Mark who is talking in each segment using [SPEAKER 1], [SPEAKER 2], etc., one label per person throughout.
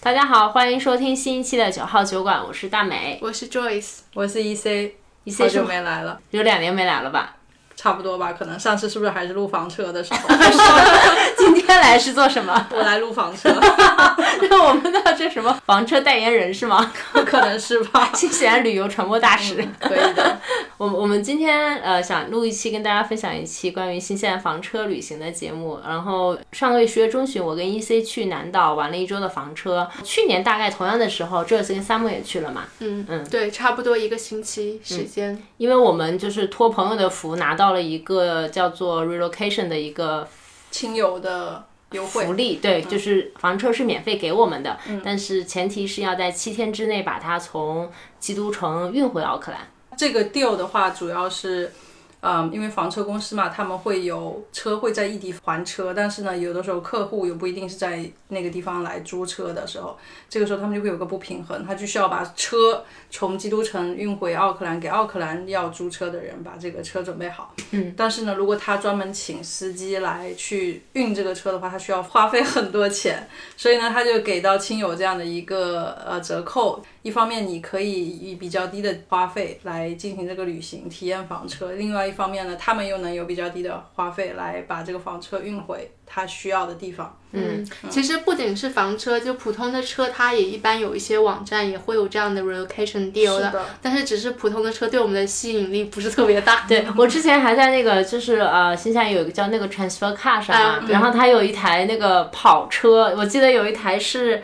[SPEAKER 1] 大家好，欢迎收听新一期的九号酒馆，我是大美。
[SPEAKER 2] 我是 Joyce，
[SPEAKER 3] 我是 E C，
[SPEAKER 1] 一
[SPEAKER 3] 好
[SPEAKER 1] 些是
[SPEAKER 3] 久没来了，
[SPEAKER 1] 有两年没来了吧？
[SPEAKER 3] 差不多吧，可能上次是不是还是录房车的 时候？
[SPEAKER 1] 今天来是做什么？
[SPEAKER 3] 我来录房车，
[SPEAKER 1] 我们的这什么房车代言人是吗？
[SPEAKER 3] 可能是吧，
[SPEAKER 1] 新西兰旅游传播大使。
[SPEAKER 3] 可以的。
[SPEAKER 1] 我我们今天呃想录一期跟大家分享一期关于新西兰房车旅行的节目。然后上个月十月中旬，我跟 E C 去南岛玩了一周的房车。去年大概同样的时候，这次跟 Sam 也去了嘛，
[SPEAKER 2] 嗯嗯，对，差不多一个星期时间，
[SPEAKER 1] 因为我们就是托朋友的福拿到了一个叫做 relocation 的一个
[SPEAKER 3] 亲友的优惠嗯
[SPEAKER 1] 福利，对，就是房车是免费给我们的，但是前提是要在七天之内把它从基督城运回奥克兰。
[SPEAKER 3] 这个 deal 的话，主要是，嗯，因为房车公司嘛，他们会有车会在异地还车，但是呢，有的时候客户又不一定是在那个地方来租车的时候，这个时候他们就会有个不平衡，他就需要把车从基督城运回奥克兰，给奥克兰要租车的人把这个车准备好。嗯，但是呢，如果他专门请司机来去运这个车的话，他需要花费很多钱，所以呢，他就给到亲友这样的一个呃折扣，一方面你可以以比较低的花费来进行这个旅行，体验房车；另外一方面呢，他们又能有比较低的花费来把这个房车运回他需要的地方。
[SPEAKER 2] 嗯，其实不仅是房车，就普通的车，它也一般有一些网站也会有这样的 relocation deal 的，但是只是普通的车对我们的吸引力不是特别
[SPEAKER 3] 啊
[SPEAKER 2] 大。
[SPEAKER 1] 对我之前还在那个就是呃新西兰有一个叫那个 Transfer Car 上
[SPEAKER 3] 啊
[SPEAKER 1] 嘛，
[SPEAKER 3] 嗯
[SPEAKER 1] 然后它有一台那个跑车，我记得有一台是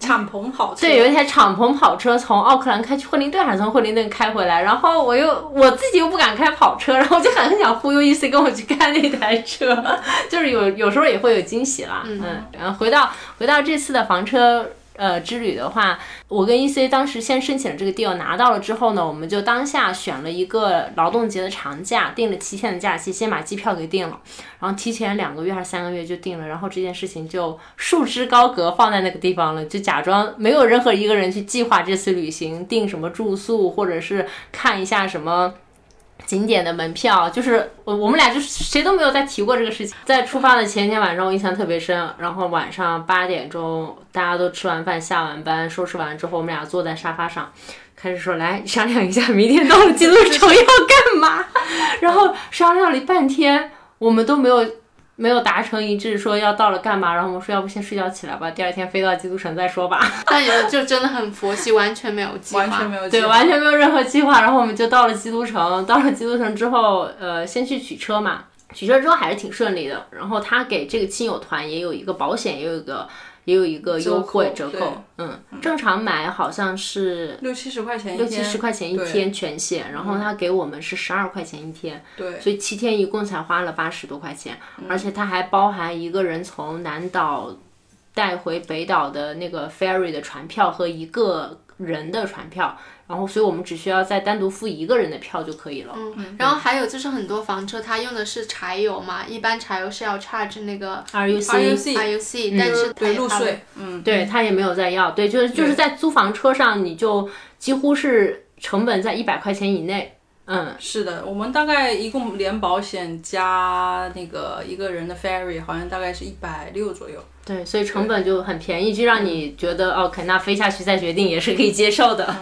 [SPEAKER 3] 敞篷跑车，
[SPEAKER 1] 对，有一台敞篷跑车从奥克兰开去惠灵顿，还是从惠灵顿开回来？然后我又我自己又不敢开跑车，然后我就很想忽悠 E C 跟我去开那台车， 就是有有时候也会有惊喜啦。嗯，然后回到回到这次的房车。呃，之旅的话，我跟 E C 当时先申请了这个 deal，拿到了之后呢，我们就当下选了一个劳动节的长假，定了七天的假期，先把机票给定了，然后提前两个月还是三个月就定了，然后这件事情就束之高阁，放在那个地方了，就假装没有任何一个人去计划这次旅行，订什么住宿，或者是看一下什么。景点的门票，就是我我们俩就是谁都没有再提过这个事情。在出发的前一天晚上，我印象特别深。然后晚上八点钟，大家都吃完饭、下完班、收拾完之后，我们俩坐在沙发上，开始说来 商量一下，明天到了基督城要干嘛。然后商量了半天，我们都没有没有达成一致，说要到了干嘛。然后我们说，要不先睡觉起来吧，第二天飞到基督城再说吧。
[SPEAKER 2] 但有的就真的很佛系，完全没有计划，
[SPEAKER 3] 完全没有计
[SPEAKER 1] 对，
[SPEAKER 3] 划
[SPEAKER 1] 完全没有任何计划。然后我们就到了基督城，到了基督城之后，呃，先去取车嘛，取车之后还是挺顺利的。然后他给这个亲友团也有一个保险，也有一个也有一个优惠折
[SPEAKER 3] 折扣
[SPEAKER 1] 扣，嗯，正常买好像是。
[SPEAKER 3] 六七十块钱一
[SPEAKER 1] 六
[SPEAKER 3] 天，
[SPEAKER 1] 七十块钱一天全险，然后他给我们是十二块钱一天，
[SPEAKER 3] 对，
[SPEAKER 1] 所以七天一共才花了八十多块钱，而且它还包含一个人从南岛带回北岛的那个 ferry 的船票和一个人的船票，然后所以我们只需要再单独付一个人的票就可以了。
[SPEAKER 2] 嗯，然后还有就是很多房车它用的是柴油嘛，一般柴油是要 charge 那个
[SPEAKER 1] RUC
[SPEAKER 3] RUC
[SPEAKER 2] IUC，但是它
[SPEAKER 3] 嗯对
[SPEAKER 2] 也
[SPEAKER 3] 入
[SPEAKER 2] 它
[SPEAKER 3] 税，嗯，
[SPEAKER 1] 对他也没有再要，对，就是就是在租房车上，你就几乎是成本在一百块钱以内，嗯，
[SPEAKER 3] 是的，我们大概一共连保险加那个一个人的 ferry，好像大概是一百六左右。
[SPEAKER 1] 对，所以成本就很便宜，就让你觉得哦 OK，那飞下去再决定也是可以接受的。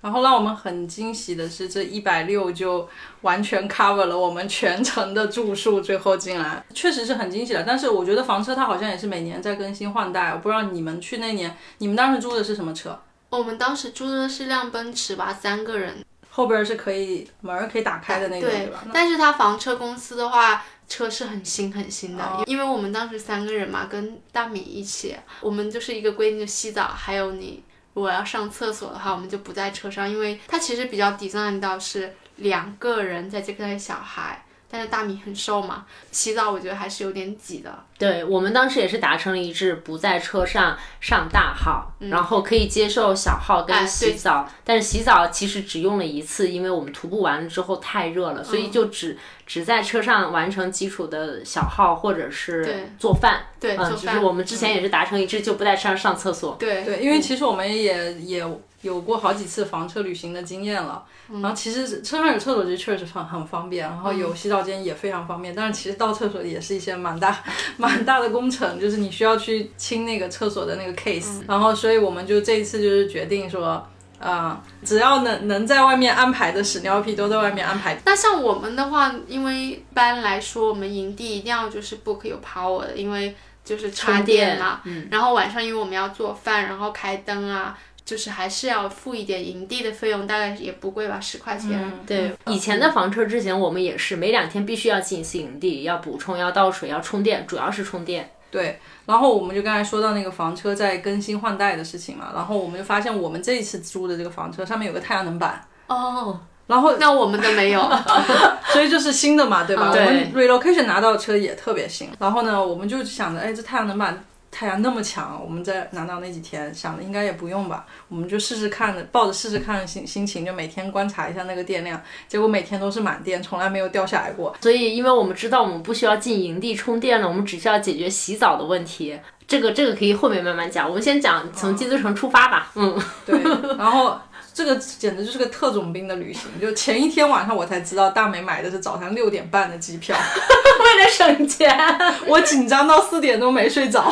[SPEAKER 3] 然后让我们很惊喜的是，这一百六就完全 cover 了我们全程的住宿，最后竟然确实是很惊喜的。但是我觉得房车它好像也是每年在更新换代，我不知道你们去那年，你们当时租的是什么车？
[SPEAKER 2] 我们当时租的是辆奔驰吧，三个人，
[SPEAKER 3] 后边是可以门儿可以打开的
[SPEAKER 2] 啊
[SPEAKER 3] 那种，对吧？
[SPEAKER 2] 但是它房车公司的话，车是很新很新的，
[SPEAKER 3] 哦
[SPEAKER 2] 因为我们当时三个人嘛，跟大米一起，我们就是一个规定，就洗澡，还有你如果要上厕所的话，我们就不在车上，因为它其实比较 design 到是两个人再加个小孩。但是大米很瘦嘛，洗澡我觉得还是有点挤的。
[SPEAKER 1] 啊对我们当时也是达成了一致，不在车上上大号，然后可以接受小号
[SPEAKER 2] 嗯哎
[SPEAKER 1] 跟洗
[SPEAKER 2] 对嗯
[SPEAKER 1] 澡，但是洗澡其实只用了一次，因为我们徒步完了之后太热了，所以就只、只在车上完成基础的小号或者是
[SPEAKER 2] 对
[SPEAKER 1] 做饭，
[SPEAKER 2] 对，
[SPEAKER 1] 嗯，
[SPEAKER 2] 做
[SPEAKER 1] 就是
[SPEAKER 2] 饭。
[SPEAKER 1] 我们之前也是达成一致，就不在车上上厕所。
[SPEAKER 2] 对
[SPEAKER 3] 对，因为其实我们也也有过好几次房车旅行的经验了，然后其实车上有厕所就确实很很方便，然后有洗澡间也非常方便，但是其实到厕所也是一些蛮大 蛮大的工程，就是你需要去清那个厕所的那个 case，、然后所以我们就这一次就是决定说。啊、只要能能在外面安排的屎尿屁都在外面安排。
[SPEAKER 2] 那像我们的话，因为一般来说，我们营地一定要就是 book 有 power 的，因为就是插电嘛。
[SPEAKER 1] 嗯
[SPEAKER 2] 然后晚上因为我们要做饭，然后开灯啊，就是还是要付一点营地的费用，大概也不贵吧，十块钱。
[SPEAKER 1] 嗯对，以前的房车之前我们也是每两天必须要进一次营地，要补充，要倒水，要充电，主要是充电。
[SPEAKER 3] 对，然后我们就刚才说到那个房车在更新换代的事情嘛，然后我们就发现我们这一次租的这个房车上面有个太阳能板，
[SPEAKER 1] 哦，
[SPEAKER 3] 然后
[SPEAKER 2] 那我们的 没有，
[SPEAKER 3] 所以就是新的嘛，对吧？
[SPEAKER 1] 对
[SPEAKER 3] 我们 relocation 拿到车也特别新，然后呢，我们就想着，哎，这太阳能板太阳那么强，我们在拿到那几天想着应该也不用吧，我们就试试看的，抱着试试看的心心情，就每天观察一下那个电量，结果每天都是满电，从来没有掉下来 过。
[SPEAKER 1] 所以因为我们知道我们不需要进营地充电了，我们只需要解决洗澡的问题。这个这个可以后面慢慢讲，我们先讲从基督城出发吧。 嗯，
[SPEAKER 3] 对，然后。这个简直就是个特种兵的旅行，就前一天晚上我才知道大美买的是早上六点半的机票，
[SPEAKER 1] 为了省钱，
[SPEAKER 3] 我紧张到四点都没睡着。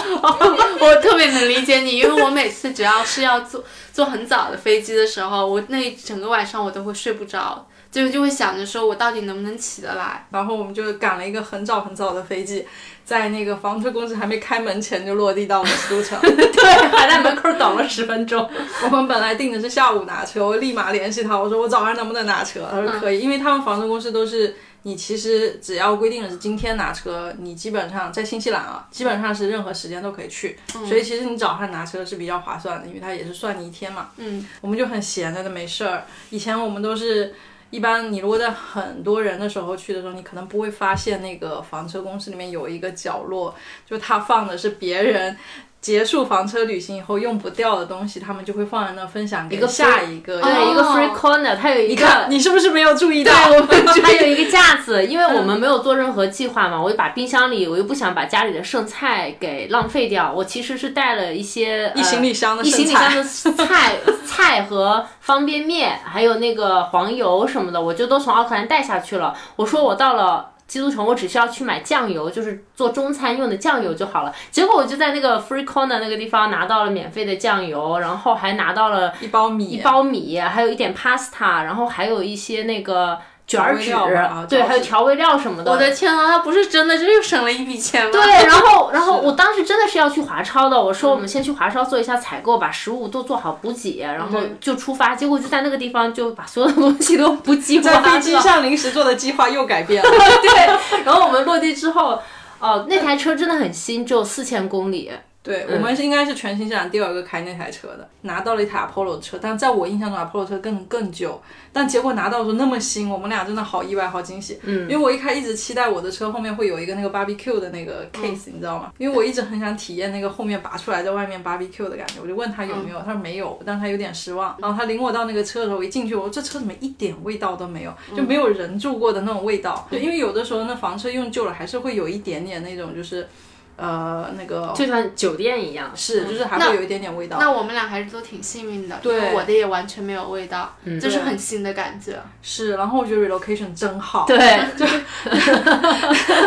[SPEAKER 2] 我特别能理解你，因为我每次只要是要坐坐很早的飞机的时候，我那一整个晚上我都会睡不着，就就会想着说我到底能不能起得来。
[SPEAKER 3] 然后我们就赶了一个很早很早的飞机，在那个房车公司还没开门前就落地到我们苏城。
[SPEAKER 1] 对，还在门口等了十分钟。
[SPEAKER 3] 我们本来定的是下午拿车，我立马联系他，我说我早上能不能拿车？他说可以，因为他们房车公司都是你其实只要规定的是今天拿车，你基本上在新西兰啊，基本上是任何时间都可以去，所以其实你早上拿车是比较划算的，因为它也是算你一天嘛。
[SPEAKER 2] 嗯，
[SPEAKER 3] 我们就很闲在那没事儿。以前我们都是。一般你如果在很多人的时候去的时候，你可能不会发现那个房车公司里面有一个角落，就它放的是别人结束房车旅行以后用不掉的东西，他们就会放在那分享
[SPEAKER 1] 一
[SPEAKER 3] 给
[SPEAKER 1] 个哦
[SPEAKER 3] 下一个人。
[SPEAKER 1] 对，一个 free corner，它有一
[SPEAKER 3] 你
[SPEAKER 1] 个
[SPEAKER 3] 看，你是不是没有注意到？
[SPEAKER 1] 对，我 们还有一个架子，因为我们没有做任何计划嘛，我就把冰箱里，我又不想把家里的剩菜给浪费掉，我其实是带了一些
[SPEAKER 3] 一行李箱
[SPEAKER 1] 呃
[SPEAKER 3] 的
[SPEAKER 1] 一行
[SPEAKER 3] 剩
[SPEAKER 1] 李箱
[SPEAKER 3] 菜，
[SPEAKER 1] 的菜菜和方便面，还有那个黄油什么的，我就都从奥克兰带下去了。我说我到了。基督城，我只需要去买酱油，就是做中餐用的酱油就好了。结果我就在那个 Free Corner 那个地方拿到了免费的酱油，然后还拿到了
[SPEAKER 3] 一包米，
[SPEAKER 1] 一包米，还有一点 pasta，然后还有一些那个卷儿纸，
[SPEAKER 3] 调味料啊
[SPEAKER 1] 对，
[SPEAKER 3] 调味
[SPEAKER 1] 还有调味料什么
[SPEAKER 2] 我
[SPEAKER 1] 的。
[SPEAKER 2] 的天啊，他不是真的，这又省了一笔钱吗？
[SPEAKER 1] 对， 然后，然后我当时真的是要嗯去华超的。我说我们先去华超做一下采购，把食物都做好补给，然后就出发。结果就在那个地方就把所有的东西都补给完
[SPEAKER 3] 在
[SPEAKER 1] 了。
[SPEAKER 3] 飞机上临时做的计划又改变了。
[SPEAKER 1] 对，然后我们落地之后，哦，那台车真的很新，只有四千公里。
[SPEAKER 3] 对，我们是应该是全新西兰第二个开那台车的，拿到了一台 Apollo 车，但在我印象中 Apollo 车更更久，但结果拿到的时候那么新，我们俩真的好意外，好惊喜。嗯，因为我一开一直期待我的车后面会有一个那个 barbecue 的那个 case，、你知道吗？因为我一直很想体验那个后面拔出来在外面 barbecue 的感觉，我就问他有没有，他说没有，但他有点失望。然后他领我到那个车的时候，我一进去，我说这车怎么一点味道都没有，就没有人住过的那种味道。对，因为有的时候那房车用旧了，还是会有一点点那种就是。呃，那个
[SPEAKER 1] 就像酒店一样，
[SPEAKER 3] 是，就是还会有一点点味道。
[SPEAKER 2] 那我们俩还是都挺幸运的，
[SPEAKER 3] 对
[SPEAKER 2] 因为我的也完全没有味道，就是很新的感觉，
[SPEAKER 3] 是，然后我觉得 relocation 真好，
[SPEAKER 1] 对，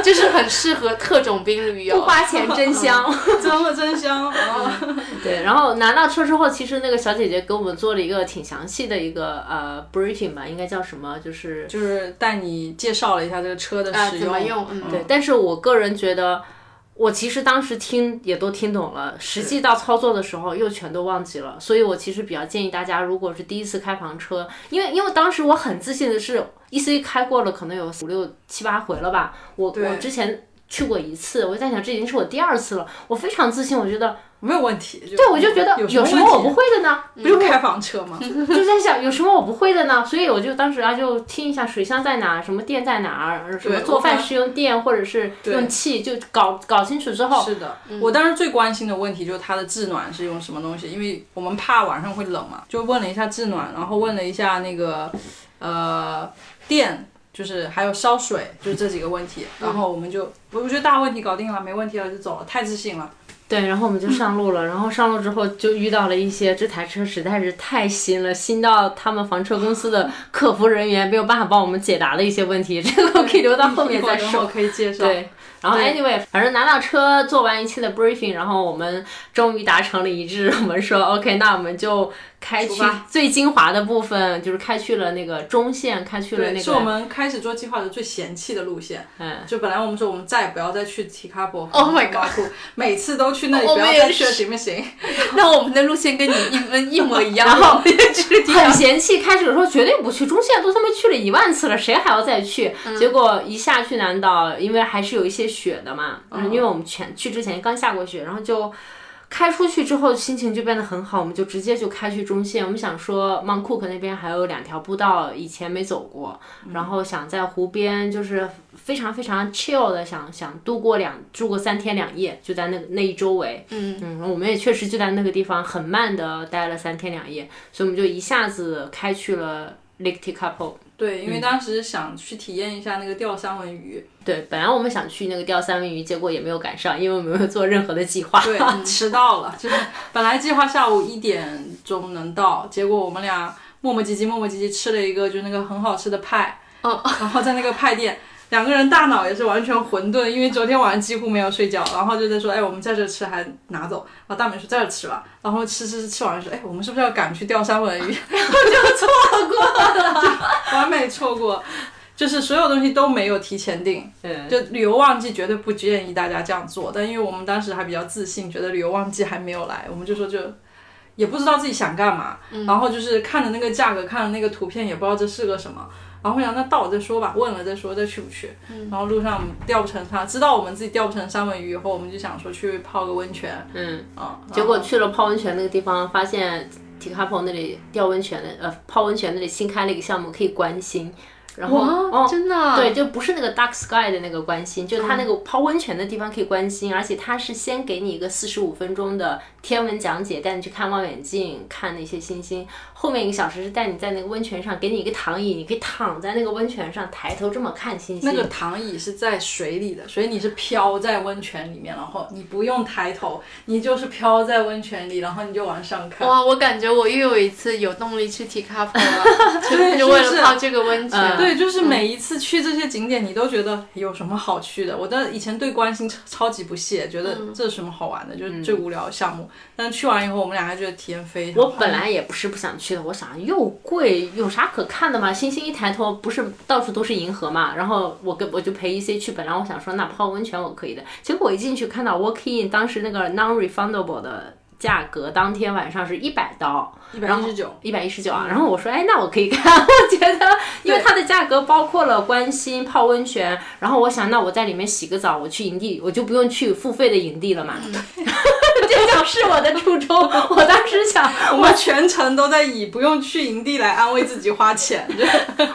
[SPEAKER 2] 就是很适合特种兵旅
[SPEAKER 1] 不
[SPEAKER 2] 游。
[SPEAKER 1] 花 钱真嗯香。
[SPEAKER 3] 真的真 香。啊！
[SPEAKER 1] 对，然后拿到车之后，其实那个小姐姐给我们做了一个挺详细的一个呃 briefing 吧，应该叫什么？就是
[SPEAKER 3] 就是带你介绍了一下这个车的
[SPEAKER 2] 啊，
[SPEAKER 3] 使
[SPEAKER 2] 怎么用？嗯，
[SPEAKER 1] 对，但是我个人觉得，我其实当时听也都听懂了，实际到操作的时候又全都忘记了，所以我其实比较建议大家，如果是第一次开房车，因为因为当时我很自信的是，E C 开过了可能有五六七八回了吧，我我之前。去过一次，我就在想，这已经是我第二次了。我非常自信，我觉得，
[SPEAKER 3] 没有问题。对
[SPEAKER 1] 对我就觉得有
[SPEAKER 3] 有
[SPEAKER 1] 什
[SPEAKER 3] 么
[SPEAKER 1] 么我
[SPEAKER 3] 问题？啊
[SPEAKER 1] 不嗯会的呢？
[SPEAKER 3] 不就开房 车吗？
[SPEAKER 1] 就在想有什么我不会的呢？所以我就当时啊，就听一下水箱在哪，什么电在哪儿，什么做
[SPEAKER 3] 我
[SPEAKER 1] 饭
[SPEAKER 3] 看
[SPEAKER 1] 是用电或者是用气，就搞搞清楚之后，
[SPEAKER 3] 是的，
[SPEAKER 1] 嗯
[SPEAKER 3] 我当时最关心的问题就是它的制暖是用什么东西，因为我们怕晚上会冷嘛，就问了一下制暖，然后问了一下那个呃电。就是还有烧水，就是这几个问题。
[SPEAKER 1] 嗯
[SPEAKER 3] 然后我们就，我我觉得大问题搞定了，没问题了就走了，太自信了。
[SPEAKER 1] 对，然后我们就上路了，然后上路之后就遇到了一些这台车实在是太新了，新到他们房车公司的客服人员没有办法帮我们解答的一些问题，这个我可以留到后面再说。
[SPEAKER 3] 我可以介绍。
[SPEAKER 1] 对，然后
[SPEAKER 3] 对
[SPEAKER 1] anyway，反正拿到车做完一期的 briefing，然后我们终于达成了一致，我们说 OK，那我们就开
[SPEAKER 3] 出
[SPEAKER 1] 去
[SPEAKER 3] 发
[SPEAKER 1] 最精华的部分，就是开去了那个中线，开去了
[SPEAKER 3] 对，
[SPEAKER 1] 那
[SPEAKER 3] 是我
[SPEAKER 1] 个
[SPEAKER 3] 们开始做计划的最嫌弃的路线。
[SPEAKER 1] 嗯，
[SPEAKER 3] 就本来我们说我们再也不要再去提卡博
[SPEAKER 2] Oh my god
[SPEAKER 3] 库， 每次都去那里
[SPEAKER 2] 我
[SPEAKER 3] 不
[SPEAKER 2] 们
[SPEAKER 3] 要
[SPEAKER 2] 也
[SPEAKER 3] 再去了，
[SPEAKER 2] 是
[SPEAKER 3] 行不行？
[SPEAKER 2] 那我们的路线跟你一们 一模一 样，
[SPEAKER 1] 然后
[SPEAKER 2] 就是
[SPEAKER 1] 很嫌弃，开始的时候绝对不去，中线都他妈去了一万次了，谁还要再去？结果一下去南岛，因为还是有一些雪的嘛，嗯、因为我们前去之前刚下过雪，然后就。开出去之后，心情就变得很好，我们就直接就开去中线。我们想说曼库克那边还有两条步道以前没走过，然后想在湖边就是非常非常 chill 的想想度过两住过三天两夜，就在那那一周围。嗯我们也确实就在那个地方很慢的待了三天两夜，所以我们就一下子开去了 Lake Tekapo。
[SPEAKER 3] 对，
[SPEAKER 2] 嗯
[SPEAKER 3] 因为当时想去体验一下那个钓三文鱼，
[SPEAKER 1] 对，本来我们想去那个钓三文鱼，结果也没有赶上，因为我们没有做任何的计 划。
[SPEAKER 3] 对，迟到了。就是本来计划下午一点钟能到，结果我们俩磨磨唧唧磨磨唧唧吃了一个就是那个很好吃的派，
[SPEAKER 2] 哦
[SPEAKER 3] 然后在那个派店。两个人大脑也是完全混沌，因为昨天晚上几乎没有睡觉，然后就在说，哎，我们在这吃还拿走，然后大美说在这吃吧，然后吃吃吃吃完说，哎，我们是不是要赶去钓三文鱼？ 然后就错过了，就完美错过，就是所有东西都没有提前定，
[SPEAKER 1] 嗯，
[SPEAKER 3] 就旅游旺季绝对不建议大家这样做，但因为我们当时还比较自信，觉得旅游旺季还没有来，我们就说就也不知道自己想干嘛，
[SPEAKER 2] 嗯
[SPEAKER 3] 然后就是看着那个价格，看着那个图片，也不知道这是个什么。然后我想，那到我再说吧，问了再说，再去不去。
[SPEAKER 2] 嗯
[SPEAKER 3] 然后路上我们钓不成沙，知道我们自己钓不成三文鱼以后，我们就想说去泡个温泉。
[SPEAKER 1] 嗯
[SPEAKER 3] 啊、
[SPEAKER 1] 结果去了泡温泉那个地方，发现 Tekapo 那里钓温泉的呃泡温泉那里新开了一个项目，可以观星。然后哦，
[SPEAKER 2] 哇，真
[SPEAKER 3] 啊
[SPEAKER 2] 的，啊
[SPEAKER 1] 对，就不是那个 Dark Sky 的那个关心，就它
[SPEAKER 3] 嗯
[SPEAKER 1] 那个泡温泉的地方可以关心，而且它是先给你一个四十五分钟的天文讲解，带你去看望远镜，看那些星星。后面一个小时是带你在那个温泉上，给你一个躺椅，你可以躺在那个温泉上，抬头这么看星星。
[SPEAKER 3] 那个躺椅是在水里的，所以你是飘在温泉里面，然后你不用抬头，你就是飘在温泉里，然后你就往上 看。
[SPEAKER 2] 哇，我感觉我又有一次有动力去提卡普 了，就是为
[SPEAKER 3] 是不
[SPEAKER 2] 了
[SPEAKER 3] 是
[SPEAKER 2] 泡这个温泉。
[SPEAKER 1] 嗯
[SPEAKER 3] 对，就是每一次去这些景点，你都觉得有什么好去的。我的以前对关心超超级不屑，觉
[SPEAKER 1] 嗯
[SPEAKER 3] 得这是什么好玩的，就是最无聊的项目。但去完以后，我们俩还觉得体验非常
[SPEAKER 1] 我
[SPEAKER 3] 好。
[SPEAKER 1] 本来也不是不想去的，我想又贵，有啥可看的嘛？星星一抬头，不是到处都是银河嘛？然后我跟我就陪 EC 去，本来我想说那泡温泉我可以的，结果我一进去看到 walk in，当时那个 non refundable 的价格，当天晚上是一百刀，
[SPEAKER 3] 一百一十 九，嗯
[SPEAKER 1] 一百一十九啊。然后我说，哎，那我可以 看，我觉得，因为它的价格包括了关心、泡温泉，然后我想，那我在里面洗个澡，我去营地，我就不用去付费的营地了嘛。
[SPEAKER 3] 嗯
[SPEAKER 1] 这就是我的初衷。我当时想，
[SPEAKER 3] 我们全程都在以不用去营地来安慰自己花钱。 就